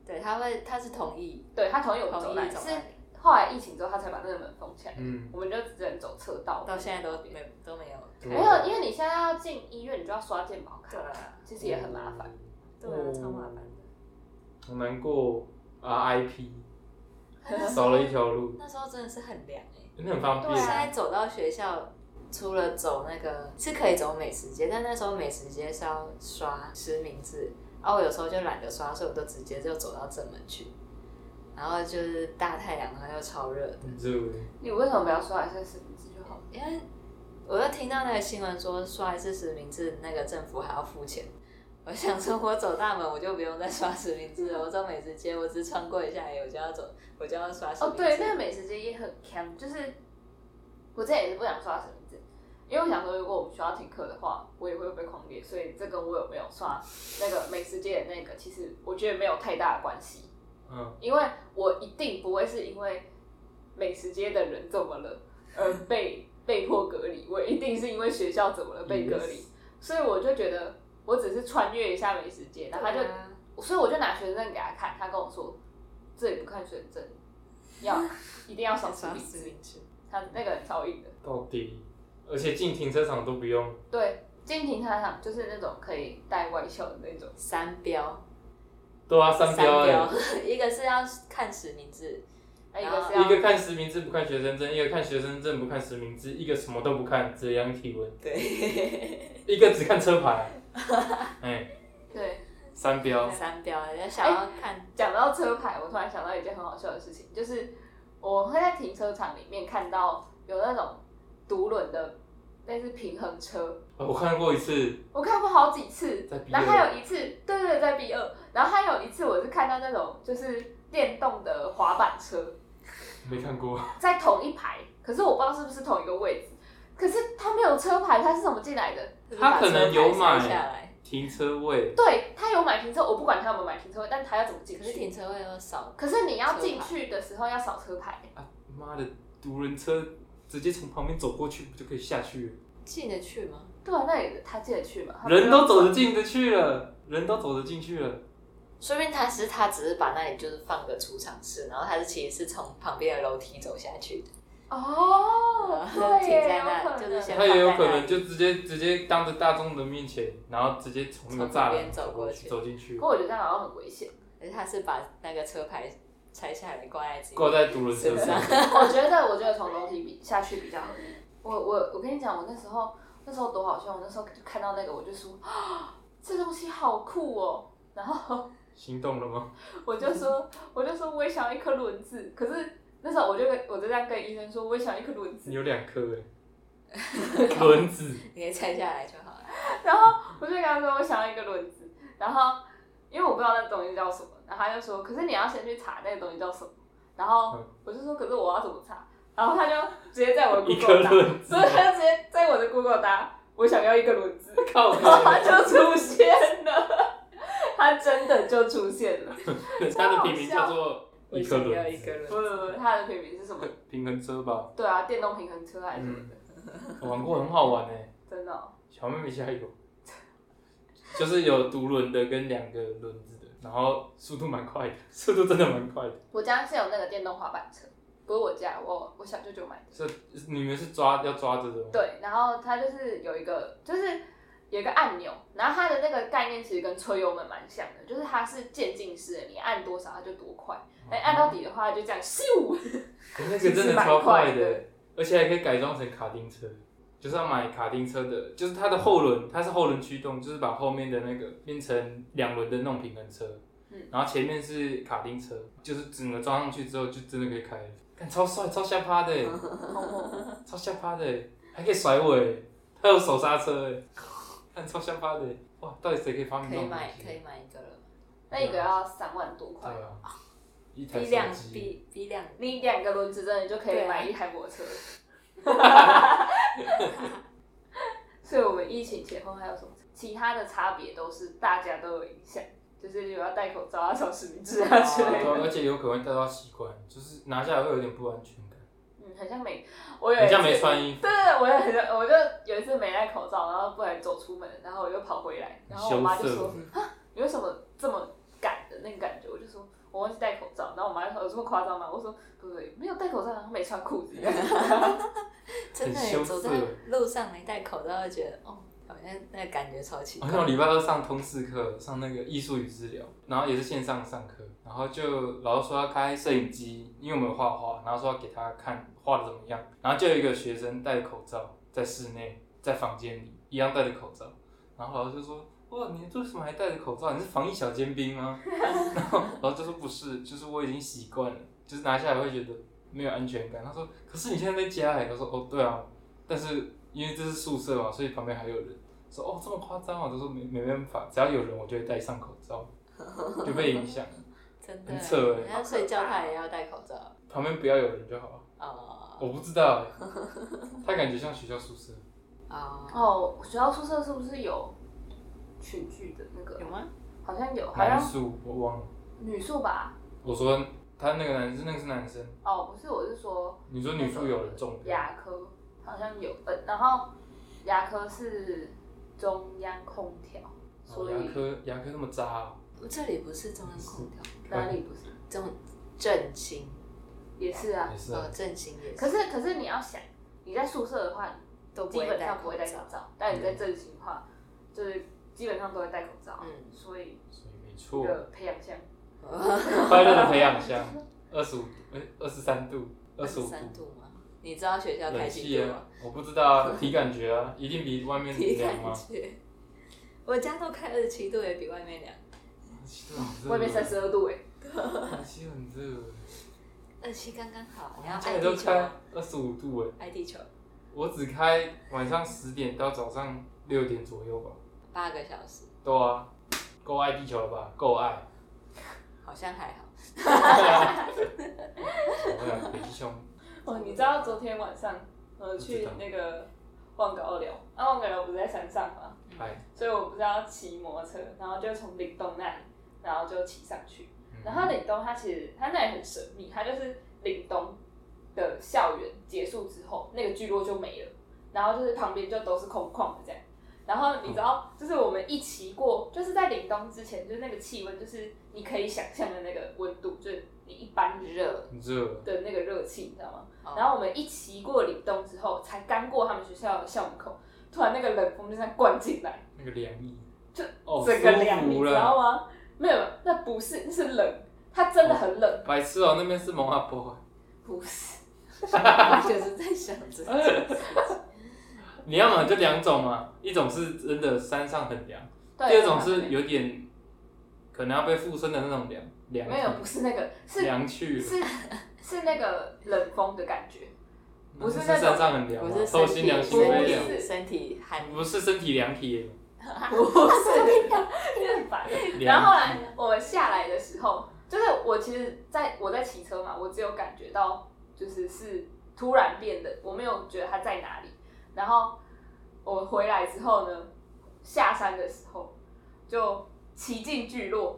[SPEAKER 3] 对，他会他是同意
[SPEAKER 2] 对他同意我们走
[SPEAKER 3] 同
[SPEAKER 2] 那
[SPEAKER 3] 意
[SPEAKER 2] 里，
[SPEAKER 3] 走
[SPEAKER 2] 是
[SPEAKER 3] 那里，
[SPEAKER 2] 后来疫情之后他才把那个门封起来，
[SPEAKER 1] 嗯，
[SPEAKER 2] 我们就只能走车道。
[SPEAKER 3] 到现在都没都没有，
[SPEAKER 1] 对啊
[SPEAKER 2] 没有，因为你现在要进医院，你就要刷健保卡
[SPEAKER 3] 对，啊，
[SPEAKER 2] 其实也很麻烦。
[SPEAKER 3] 对啊，超麻烦的。
[SPEAKER 1] 嗯好难过，RIP，少了一条路，
[SPEAKER 3] [laughs] 那时候真的是很凉哎、
[SPEAKER 1] 真的很方
[SPEAKER 2] 对啊
[SPEAKER 3] 现
[SPEAKER 1] 便。啊
[SPEAKER 3] 在走到学校，除了走那个是可以走美食街，但那时候美食街是要刷实名制，啊，我有时候就懒得刷，所以我都直接就走到正门去，然后就是大太阳，然后又超热的，
[SPEAKER 1] 很热欸，
[SPEAKER 2] 你为什么不要刷一下身份证就好了？
[SPEAKER 3] 因为我又听到那个新闻说刷一次实名制，那个政府还要付钱。我想说，我走大门我就不用再刷实名制了。我走美食街，我只穿过一下而已，我就要走，我就要刷实
[SPEAKER 2] 哦
[SPEAKER 3] 名，制。
[SPEAKER 2] 对，那个美食街也很坑，就是我之前也是不想刷身份证，因为我想说，如果我们学校停课的话，我也会被狂点，所以这跟我有没有刷那个美食街的那个，其实我觉得没有太大的关系，
[SPEAKER 1] 嗯，
[SPEAKER 2] 因为我一定不会是因为美食街的人怎么了而被被迫隔离，我一定是因为学校怎么了被隔离
[SPEAKER 1] Yes
[SPEAKER 2] 所以我就觉得我只是穿越一下美食街，然后他就
[SPEAKER 3] 对啊
[SPEAKER 2] 所以我就拿学生证给他看，他跟我说这里不看学生证，要一定要扫实
[SPEAKER 3] 刷
[SPEAKER 2] 名
[SPEAKER 3] 实 [laughs]
[SPEAKER 2] 制。
[SPEAKER 3] 名制。
[SPEAKER 2] 他那个人超硬的，
[SPEAKER 1] 到底，而且进停车场都不用，
[SPEAKER 2] 对，进停车场就是那种可以带外校的那种，
[SPEAKER 3] 三标，
[SPEAKER 1] 对啊，
[SPEAKER 3] [laughs]
[SPEAKER 1] 三标哎，
[SPEAKER 3] 一个是要看实名制，
[SPEAKER 2] 哎，一个是
[SPEAKER 3] 标
[SPEAKER 1] 啊一个
[SPEAKER 2] 要
[SPEAKER 1] 看实名制不看学生证，一个看学生证不看实名制，一个什么都不看，只量体温，
[SPEAKER 3] 对，
[SPEAKER 1] 一个只看车
[SPEAKER 3] [laughs]
[SPEAKER 1] 牌，哎，
[SPEAKER 2] 对。
[SPEAKER 1] 三标，
[SPEAKER 3] 三标，要想要看，
[SPEAKER 2] 讲到车牌，我突然想到一件很好笑的事情，就是我会在停车场里面看到有那种独轮的类似平衡车，
[SPEAKER 1] 哦我看过一次，
[SPEAKER 2] 我看过好几次，
[SPEAKER 1] 在 B
[SPEAKER 2] 然后还
[SPEAKER 1] 二，
[SPEAKER 2] 有一次，对对，在 B 二，然后还有一次我是看到那种就是电动的滑板车，
[SPEAKER 1] 没看过，
[SPEAKER 2] 在同一排，可是我不知道是不是同一个位置。可是他没有车牌，他是怎么进来的？
[SPEAKER 1] 他可能有买
[SPEAKER 3] 把车牌拆下来，
[SPEAKER 1] 停车位，
[SPEAKER 2] 对他有买停车，我不管他有没有买停车位，但他要怎么进
[SPEAKER 3] 可是
[SPEAKER 2] 去？
[SPEAKER 3] 停车位要少，
[SPEAKER 2] 可是你要进去的时候要扫车牌，
[SPEAKER 1] 啊，妈的，独轮车直接从旁边走过去不就可以下去了？
[SPEAKER 3] 进得去吗？
[SPEAKER 2] 对啊，那也他进得去嘛？他不
[SPEAKER 1] 人都
[SPEAKER 2] 用
[SPEAKER 1] 走得进得去了，人都走得进去了，
[SPEAKER 3] 说不定他是他只是把那里就是放个储藏室，然后他是其实是从旁边的楼梯走下去的，
[SPEAKER 2] 哦，对
[SPEAKER 3] 停
[SPEAKER 2] 耶，
[SPEAKER 3] 在那
[SPEAKER 2] 有可
[SPEAKER 3] 就是先
[SPEAKER 2] 能
[SPEAKER 1] 他也有可能就直接直接当着大众的面前，然后直接从那个栅栏
[SPEAKER 3] 从那边走过去
[SPEAKER 1] 走进去
[SPEAKER 2] 不，过我觉得这样好像很危险。
[SPEAKER 3] 可是他是把那个车牌拆下来挂在自己
[SPEAKER 1] 挂在独轮车
[SPEAKER 3] 身
[SPEAKER 1] 上
[SPEAKER 3] 上。。
[SPEAKER 2] 我觉得，我觉得从楼梯比下去比较合理。我我我跟你讲，我那时候那时候多好笑，我那时候就看到那个，我就说啊，这东西好酷哦。然后 [laughs]
[SPEAKER 1] 心动了吗？
[SPEAKER 2] 我就说，我就说我也想要一颗轮子。可是那时候我就跟我就这样跟医生说，我也想要一颗轮子
[SPEAKER 1] 你。有两颗
[SPEAKER 3] [laughs]
[SPEAKER 1] 哎，轮子。
[SPEAKER 3] 你可以拆下来就好了。
[SPEAKER 2] 然后我就跟他说我想要一个轮子，然后因为我不知道那东西叫什么，然后他就说，可是你要先去查那个东西叫什么。然后
[SPEAKER 1] 嗯
[SPEAKER 2] 我就说，可是我要怎么查？然后他就直接在我的
[SPEAKER 1] 一颗
[SPEAKER 2] Google 打，
[SPEAKER 1] 轮子
[SPEAKER 2] 所以， [laughs] 他就直接在我的 Google 打，我想要一个轮子，
[SPEAKER 1] 靠
[SPEAKER 2] 然后他
[SPEAKER 1] 北！
[SPEAKER 2] 就出现了，他真的就出现了。
[SPEAKER 1] 它的品名叫做一颗
[SPEAKER 3] 我想要
[SPEAKER 1] 轮
[SPEAKER 3] 一个
[SPEAKER 1] 子，
[SPEAKER 3] 轮
[SPEAKER 2] 不不不，他的品名是什么？
[SPEAKER 1] 平衡车吧，
[SPEAKER 2] 对啊，电动平衡车还是什么的，
[SPEAKER 1] 嗯玩过很好玩哎。
[SPEAKER 2] 真的哦、
[SPEAKER 1] 小妹妹家有，就是有独轮的跟两个轮子的，然后速度蛮快的，速度真的蛮快的。
[SPEAKER 2] 我家是有那个电动滑板车，不是我家，我我小舅舅买的。
[SPEAKER 1] 是你们是抓要抓着的吗？
[SPEAKER 2] 对，然后它就是有一个，就是有一个按钮，然后它的那个概念其实跟吹油门蛮像的，就是它是渐进式的，你按多少它就多快，那你按到底的话它就这样咻，
[SPEAKER 1] 那个真的超快的，而且还可以改装成卡丁车，就是要买卡丁车的，就是它的后轮，它是后轮驱动，就是把后面的那个变成两轮的那种平衡车，
[SPEAKER 2] 嗯
[SPEAKER 1] 然后前面是卡丁车，就是整个装上去之后就真的可以开了，看超帅超下趴的欸，超下趴的欸，还可以甩尾，还有手刹车欸，看超下趴的欸，哇，到底谁可以发明
[SPEAKER 3] 可
[SPEAKER 1] 这
[SPEAKER 3] 以
[SPEAKER 1] 种东
[SPEAKER 3] 买，
[SPEAKER 1] 西？
[SPEAKER 3] 可以买一个了吗。
[SPEAKER 2] 那一个要三万多块，
[SPEAKER 1] 对啊，一台
[SPEAKER 3] 比
[SPEAKER 1] 手
[SPEAKER 3] 两
[SPEAKER 1] 机，
[SPEAKER 3] 比比两，
[SPEAKER 2] 你两个轮子真的就可以
[SPEAKER 3] 对啊
[SPEAKER 2] 买一台摩托车。 [laughs] 所以我们疫情前后还有什么其他的差别都是大家都有影响，就是你要戴口罩啊、小实名制啊之类
[SPEAKER 1] 对
[SPEAKER 2] 的。
[SPEAKER 1] 啊，而且有可能会带到习惯，就是拿下来会有点不安全感。
[SPEAKER 2] 嗯，很像没，我有一
[SPEAKER 1] 很
[SPEAKER 2] 次
[SPEAKER 1] 像没穿衣服，
[SPEAKER 2] 对，我也很像，我就有一次没戴口罩，然后不然走出门，然后我又跑回来，然后我妈就说啊
[SPEAKER 1] 羞：“
[SPEAKER 2] 你为什么这么赶的那个感觉？”我就说：“我忘记戴口罩。”然后我妈就说：“有这么夸张吗？”我说：“不对，没有戴口罩，然后没穿裤子。 [laughs]
[SPEAKER 3] 真的
[SPEAKER 1] 很
[SPEAKER 3] 耶
[SPEAKER 1] 羞
[SPEAKER 3] 走
[SPEAKER 1] 涩
[SPEAKER 3] 在路上没戴口罩，就觉得哦，好像那个感觉超奇
[SPEAKER 1] 好
[SPEAKER 3] 怪。
[SPEAKER 1] 像我礼拜二上通识课，上那个艺术与治疗，然后也是线上上课，然后就老师说要开摄影机，因为我们有画画，然后说要给他看画的怎么样，然后就有一个学生戴着口罩在室内，在房间里一样戴着口罩，然后老师就说：“哇，你为什么还戴着口罩？你是防疫小尖兵吗？” [laughs] 然后老师就说：“不是，就是我已经习惯了，就是拿下来会觉得没有安全感。”他说：“可是你现在在家哎。”我说：“哦，对啊，但是因为这是宿舍嘛，所以旁边还有人。”说哦这么夸张啊，就说没没办法，只要有人我就会戴上口罩，就被影响。
[SPEAKER 3] 真的，
[SPEAKER 1] 很扯耶
[SPEAKER 3] 人家睡觉他也要戴口罩
[SPEAKER 1] 旁边不要有人就好。
[SPEAKER 3] 哦
[SPEAKER 1] 我不知道欸，他感觉像学校宿舍，
[SPEAKER 3] 哦”，
[SPEAKER 2] 哦，学校宿舍是不是有群聚的那个
[SPEAKER 3] 有？吗？
[SPEAKER 2] 好像有，好
[SPEAKER 1] 男
[SPEAKER 2] 像
[SPEAKER 1] 宿我忘了。
[SPEAKER 2] 女宿吧？
[SPEAKER 1] 我说他那个男生，那个是男生，
[SPEAKER 2] 哦，不是，我是说
[SPEAKER 1] 你说女宿有人中标，
[SPEAKER 2] 牙科好像有，呃，然后牙科是中央空调，
[SPEAKER 1] 哦
[SPEAKER 2] 所
[SPEAKER 1] 牙
[SPEAKER 2] 以
[SPEAKER 1] 科牙科那么渣哦，
[SPEAKER 3] 这里不是中央空调，
[SPEAKER 2] 哪里不是？
[SPEAKER 3] 中振兴
[SPEAKER 2] 也是啊。
[SPEAKER 1] 也是啊
[SPEAKER 3] 哦，，振兴也
[SPEAKER 2] 可
[SPEAKER 3] 是
[SPEAKER 2] 是可是你要想，你在宿舍的话，
[SPEAKER 3] 都
[SPEAKER 2] 基本上不
[SPEAKER 3] 口
[SPEAKER 2] 会戴口
[SPEAKER 3] 罩。
[SPEAKER 2] 罩，但你在正型的话，就是基本上都会戴口罩，
[SPEAKER 3] 嗯
[SPEAKER 2] 所以
[SPEAKER 1] 所以没
[SPEAKER 2] 一
[SPEAKER 1] 错，
[SPEAKER 2] 个培养箱，
[SPEAKER 1] 快乐的培养箱，二十五哎二十三度，二十五
[SPEAKER 3] 三度吗？你知道学校开
[SPEAKER 1] 冷
[SPEAKER 3] 几
[SPEAKER 1] 气
[SPEAKER 3] 度吗
[SPEAKER 1] 啊？，我不知道啊，凭感觉啊，一定比外面
[SPEAKER 3] 体
[SPEAKER 1] 凉
[SPEAKER 3] 感
[SPEAKER 1] 啊。
[SPEAKER 3] 觉，我家都开二十七度，也比外面凉。
[SPEAKER 2] 外面三十二度哎、
[SPEAKER 1] 天气啊很热，欸
[SPEAKER 3] 二十七刚刚好，你要
[SPEAKER 1] 家
[SPEAKER 3] 爱
[SPEAKER 1] 里都
[SPEAKER 3] 地球
[SPEAKER 1] 开
[SPEAKER 3] 吗，
[SPEAKER 1] 二十五度哎，
[SPEAKER 3] 爱地球
[SPEAKER 1] 我只开晚上十点到早上六点左右吧。
[SPEAKER 3] 八个小时，
[SPEAKER 1] 对啊，够爱地球了吧？够爱。
[SPEAKER 3] 好像还好。
[SPEAKER 1] 我想北极熊，
[SPEAKER 2] 哦，你知道昨天晚上呃
[SPEAKER 1] 知
[SPEAKER 2] 去
[SPEAKER 1] 道
[SPEAKER 2] 那个望高寮，啊望高寮不是在山上吗？
[SPEAKER 1] 哎，
[SPEAKER 2] 所以我不是要骑摩托车，然后就从岭东那里，然后就骑上去。
[SPEAKER 1] 嗯
[SPEAKER 2] 然后岭东它其实它那里很神秘，它就是岭东的校园结束之后，那个聚落就没了，然后就是旁边就都是空旷的这样。然后你知道，就是我们一骑过，就是在凛冬之前，就是那个气温，就是你可以想象的那个温度，就是你一般
[SPEAKER 3] 热，
[SPEAKER 1] 热，
[SPEAKER 2] 的那个热气，你知道吗？
[SPEAKER 3] 哦
[SPEAKER 2] 然后我们一骑过凛冬之后，才刚过他们学校的校门口，突然那个冷风就这样灌进来，
[SPEAKER 1] 那个凉意，
[SPEAKER 2] 就
[SPEAKER 1] 哦，
[SPEAKER 2] 整个凉，
[SPEAKER 1] 舒
[SPEAKER 2] 你
[SPEAKER 1] 服
[SPEAKER 2] 知道
[SPEAKER 1] 了。
[SPEAKER 2] 吗？没有，那不是，那是冷，它真的很冷，
[SPEAKER 1] 白痴哦，那边是蒙阿波，
[SPEAKER 2] 不是。
[SPEAKER 3] 哦我就是在想这个。
[SPEAKER 1] 你要么就两种嘛，一种是真的山上很凉，
[SPEAKER 2] 对
[SPEAKER 1] 第二种是有点可能要被附身的那种凉凉，
[SPEAKER 2] 没有，不是那个，是
[SPEAKER 1] 凉去了，
[SPEAKER 2] 是是那个冷风的
[SPEAKER 1] [laughs]
[SPEAKER 2] 感觉，不是
[SPEAKER 1] 那
[SPEAKER 2] 那
[SPEAKER 1] 是
[SPEAKER 2] 种
[SPEAKER 1] 山上很凉
[SPEAKER 3] [laughs] 我
[SPEAKER 1] 吗
[SPEAKER 3] 是？
[SPEAKER 1] 透
[SPEAKER 3] 身
[SPEAKER 1] 心
[SPEAKER 3] 体
[SPEAKER 1] 凉，心
[SPEAKER 2] 不
[SPEAKER 1] 微
[SPEAKER 2] 是
[SPEAKER 1] 凉，
[SPEAKER 3] 身体身体寒，
[SPEAKER 1] 不是身体凉体耶，
[SPEAKER 3] [laughs] 不
[SPEAKER 2] [laughs]
[SPEAKER 3] 是
[SPEAKER 2] 很烦。然
[SPEAKER 1] 凉
[SPEAKER 2] 后后来我们下来的时候，就是我其实在我在骑车嘛，我只有感觉到就是是突然变冷，我没有觉得它在哪里。然后我回来之后呢，下山的时候就骑进聚落，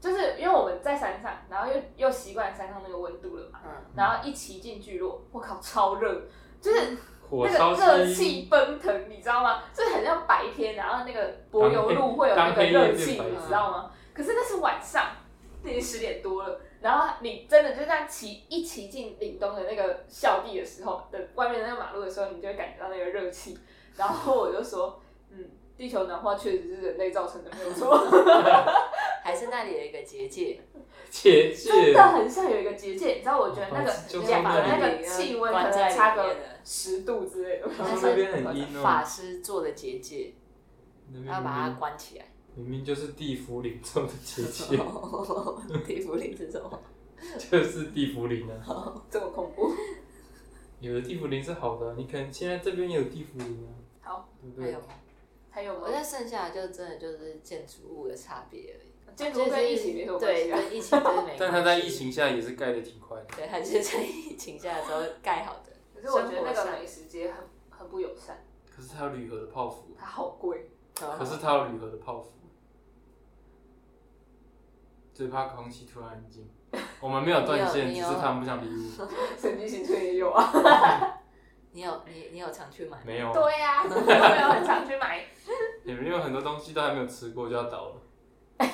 [SPEAKER 2] 就是因为我们在山上，然后又又习惯山上那个温度了嘛，
[SPEAKER 3] [laughs] 嗯，
[SPEAKER 2] 然后一骑进聚落，我靠，超热，就是。
[SPEAKER 1] 火
[SPEAKER 2] 那
[SPEAKER 1] 烧
[SPEAKER 2] 个热
[SPEAKER 1] 心
[SPEAKER 2] 气奔腾，你知道吗？就很像白天，然后那个柏油路会有那个热气，
[SPEAKER 1] 当黑夜变白
[SPEAKER 2] 你知道吗？可是那是晚上，已经十点多了，然后你真的就这样骑一骑进岭东的那个校地的时候的外面的那个马路的时候，你就会感觉到那个热气。然后我就说，嗯，地球暖化确实是人类造成的，没有错，
[SPEAKER 3] 还是那里有一个结界，
[SPEAKER 1] 结
[SPEAKER 2] 真
[SPEAKER 1] 界
[SPEAKER 2] 的，很像有一个结界，你知道？我觉得那个
[SPEAKER 1] 哦就
[SPEAKER 2] 两
[SPEAKER 1] 从
[SPEAKER 2] 个
[SPEAKER 1] 那
[SPEAKER 2] 那
[SPEAKER 1] 里
[SPEAKER 2] 个气温可能差个十度之类的。
[SPEAKER 1] 但
[SPEAKER 3] 但
[SPEAKER 1] 是那
[SPEAKER 3] 是
[SPEAKER 1] 边很阴哦嗯
[SPEAKER 3] 法师做的结界，
[SPEAKER 1] 那
[SPEAKER 3] 要
[SPEAKER 1] 边
[SPEAKER 3] 把它
[SPEAKER 1] 明
[SPEAKER 3] 关起来。 [laughs]
[SPEAKER 1] 明明就是地府灵中的结
[SPEAKER 2] [laughs]
[SPEAKER 1] 界，
[SPEAKER 3] 地府灵是什么？
[SPEAKER 1] 就是地府灵啊。
[SPEAKER 2] 这么恐怖。
[SPEAKER 1] 有的地府灵是好的，你可能现在这边也有地府灵啊，
[SPEAKER 2] 好，
[SPEAKER 1] 对不
[SPEAKER 3] 还
[SPEAKER 1] 对
[SPEAKER 3] 有吗？，
[SPEAKER 2] 还有吗
[SPEAKER 3] 我？觉得剩下的就真的就是建筑物的差别而已。
[SPEAKER 2] 建筑跟疫情没什么关系
[SPEAKER 3] 对，
[SPEAKER 2] 啊。
[SPEAKER 3] 跟疫情真的没关系。
[SPEAKER 1] 但它在疫，情下也是盖的挺快的。
[SPEAKER 3] 对，它就是在疫情下的时候盖好的。
[SPEAKER 2] 可是我觉得那个美食街很很不友善，
[SPEAKER 1] 可是它有铝合的泡芙，
[SPEAKER 2] 它好贵。
[SPEAKER 1] 可
[SPEAKER 3] 哦
[SPEAKER 1] 是它有铝合的泡芙。最怕空气突然安静。我们没有断线，
[SPEAKER 3] 你
[SPEAKER 1] 只
[SPEAKER 3] 有
[SPEAKER 1] 是他们不想理
[SPEAKER 2] [laughs]
[SPEAKER 1] 我。
[SPEAKER 2] 神经行村也有啊。
[SPEAKER 3] 你有你你有常去买吗？
[SPEAKER 1] 没有，
[SPEAKER 2] 对呀、啊， [laughs] 没有很常去买。
[SPEAKER 1] 你们有很多东西都还没有吃过就要倒了，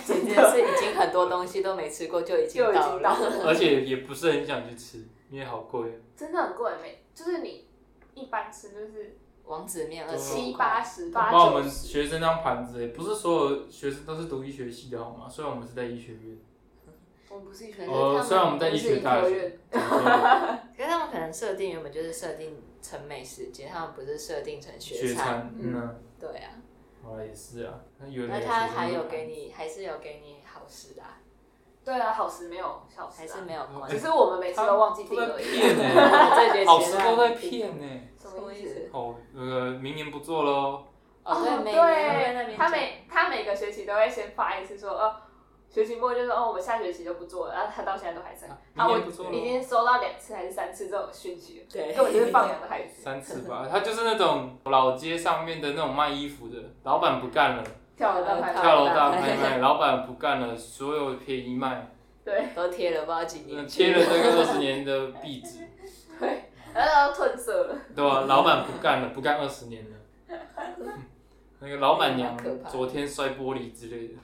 [SPEAKER 3] 真的是已经很多东西都没吃过就已经
[SPEAKER 2] 就已
[SPEAKER 3] 到
[SPEAKER 2] 经到
[SPEAKER 3] 了。
[SPEAKER 2] 了，
[SPEAKER 1] 而且也不是很想去吃，因为好贵啊。
[SPEAKER 2] 真的很贵，每就是你一般吃就是
[SPEAKER 3] 王子面二十
[SPEAKER 2] 七八十八
[SPEAKER 1] 把我
[SPEAKER 2] 九
[SPEAKER 1] 们
[SPEAKER 2] 十，
[SPEAKER 1] 学生当盘子欸，不是所有学生都是读医学系的好吗？虽然我们是在医学院，
[SPEAKER 2] 我们不是一群
[SPEAKER 3] 可是
[SPEAKER 2] 人，
[SPEAKER 1] 哦，
[SPEAKER 3] 他
[SPEAKER 1] 虽然我们在
[SPEAKER 2] 不
[SPEAKER 1] 医
[SPEAKER 2] 是
[SPEAKER 1] 学
[SPEAKER 2] 一
[SPEAKER 1] 大
[SPEAKER 2] 科
[SPEAKER 1] 学，
[SPEAKER 2] 院，
[SPEAKER 3] 可是他们可能设定原本就是设定成美食街，他们不是设定成
[SPEAKER 1] 学
[SPEAKER 3] 餐。
[SPEAKER 1] 餐，嗯啊，
[SPEAKER 3] 对啊，
[SPEAKER 1] 好啦也是啊，那有
[SPEAKER 3] 那
[SPEAKER 1] 的
[SPEAKER 3] 他还有给你，还是有给你好食啊，
[SPEAKER 2] 对啊，好时没有小时、
[SPEAKER 3] 还是
[SPEAKER 2] 啊，
[SPEAKER 3] 没有
[SPEAKER 1] [laughs]
[SPEAKER 3] 关
[SPEAKER 2] 只
[SPEAKER 3] 系。
[SPEAKER 2] 是我们每次都忘记
[SPEAKER 1] 都
[SPEAKER 2] 订
[SPEAKER 1] 在
[SPEAKER 2] 而已。
[SPEAKER 1] 骗欸呢，
[SPEAKER 3] [laughs] 这学期
[SPEAKER 1] 老师都在骗呢。
[SPEAKER 2] 什么意思？
[SPEAKER 1] 哦，呃，明年不做喽，
[SPEAKER 3] 哦，对，美
[SPEAKER 2] 对
[SPEAKER 3] 那边
[SPEAKER 2] 他每他每个学期都会先发一次说，哦，学期末就说哦，我们下学期就不做了，然后他到现在都还在。
[SPEAKER 1] 啊
[SPEAKER 2] 啊，我
[SPEAKER 1] 明年不做了
[SPEAKER 2] 已经收到两次还是三次这种讯息了，
[SPEAKER 3] 对
[SPEAKER 2] 根本就是
[SPEAKER 3] [laughs]
[SPEAKER 2] 放养的孩子，
[SPEAKER 1] 三次吧。他就是那种老街上面的那种卖衣服的，老板不干了，
[SPEAKER 2] 跳了到拍
[SPEAKER 1] 呃跳
[SPEAKER 2] 卖。
[SPEAKER 1] 楼大拍卖，老板不干了，所有便宜卖，
[SPEAKER 2] 对
[SPEAKER 3] 都贴了不知道几年，
[SPEAKER 1] 嗯切了这个二十年的壁纸。
[SPEAKER 2] [laughs] 对，然后都褪色了，
[SPEAKER 1] 对啊，老板不干了，不干二十年了。那个老板娘
[SPEAKER 3] 蛮可怕
[SPEAKER 1] 昨天摔玻璃之类的，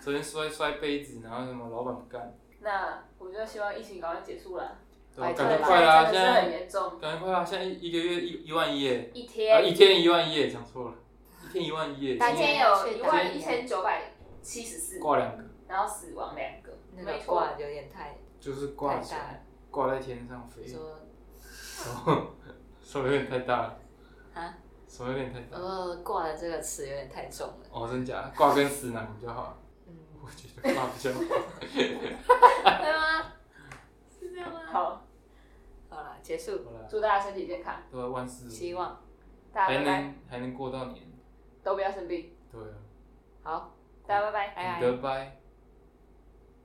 [SPEAKER 1] 昨天摔摔杯子，然后什么老板不干，
[SPEAKER 2] 那我们就希望疫情赶快结束啦，
[SPEAKER 1] 对啊，
[SPEAKER 3] 拜托
[SPEAKER 1] 赶快
[SPEAKER 3] 了
[SPEAKER 1] 快啦，
[SPEAKER 2] 真
[SPEAKER 1] 现
[SPEAKER 2] 的是很
[SPEAKER 1] 在
[SPEAKER 2] 严重，
[SPEAKER 1] 赶快快啦，现在一一个月一一万一耶，
[SPEAKER 2] 一
[SPEAKER 1] 啊
[SPEAKER 2] 天
[SPEAKER 1] 一天一万一耶，讲错了，一天一万一耶，
[SPEAKER 2] 白
[SPEAKER 1] 今
[SPEAKER 2] 天
[SPEAKER 1] 天
[SPEAKER 2] 有一万一千九百七十四，
[SPEAKER 1] 挂两个，
[SPEAKER 2] 然后死亡两个，
[SPEAKER 3] 那个
[SPEAKER 2] 没错
[SPEAKER 3] 挂，有点太
[SPEAKER 1] 就是挂
[SPEAKER 3] 太
[SPEAKER 1] 起
[SPEAKER 3] 大
[SPEAKER 1] 来
[SPEAKER 3] 了，
[SPEAKER 1] 挂在天上飞，
[SPEAKER 3] 说
[SPEAKER 1] 手有点太大了，
[SPEAKER 3] 啊，
[SPEAKER 1] 手有点太大了，
[SPEAKER 3] 呃挂的这个词有点太重了，
[SPEAKER 1] 哦，真假的？挂跟死囊比较好，
[SPEAKER 3] 嗯，
[SPEAKER 1] 我觉得挂比较好。
[SPEAKER 3] 对吗？是这样吗？
[SPEAKER 2] 好，
[SPEAKER 3] 好了，结束，
[SPEAKER 1] 好啦，
[SPEAKER 2] 祝大家身体健康，
[SPEAKER 1] 都要万事如意
[SPEAKER 3] 希望
[SPEAKER 2] 大家
[SPEAKER 1] 还
[SPEAKER 2] 拜拜，
[SPEAKER 1] 能还能过到年，
[SPEAKER 2] 都不要生病，
[SPEAKER 1] 对啊，
[SPEAKER 3] 好，
[SPEAKER 2] 大家拜拜。
[SPEAKER 1] 哎
[SPEAKER 3] 拜拜。
[SPEAKER 2] 哎
[SPEAKER 1] 得拜。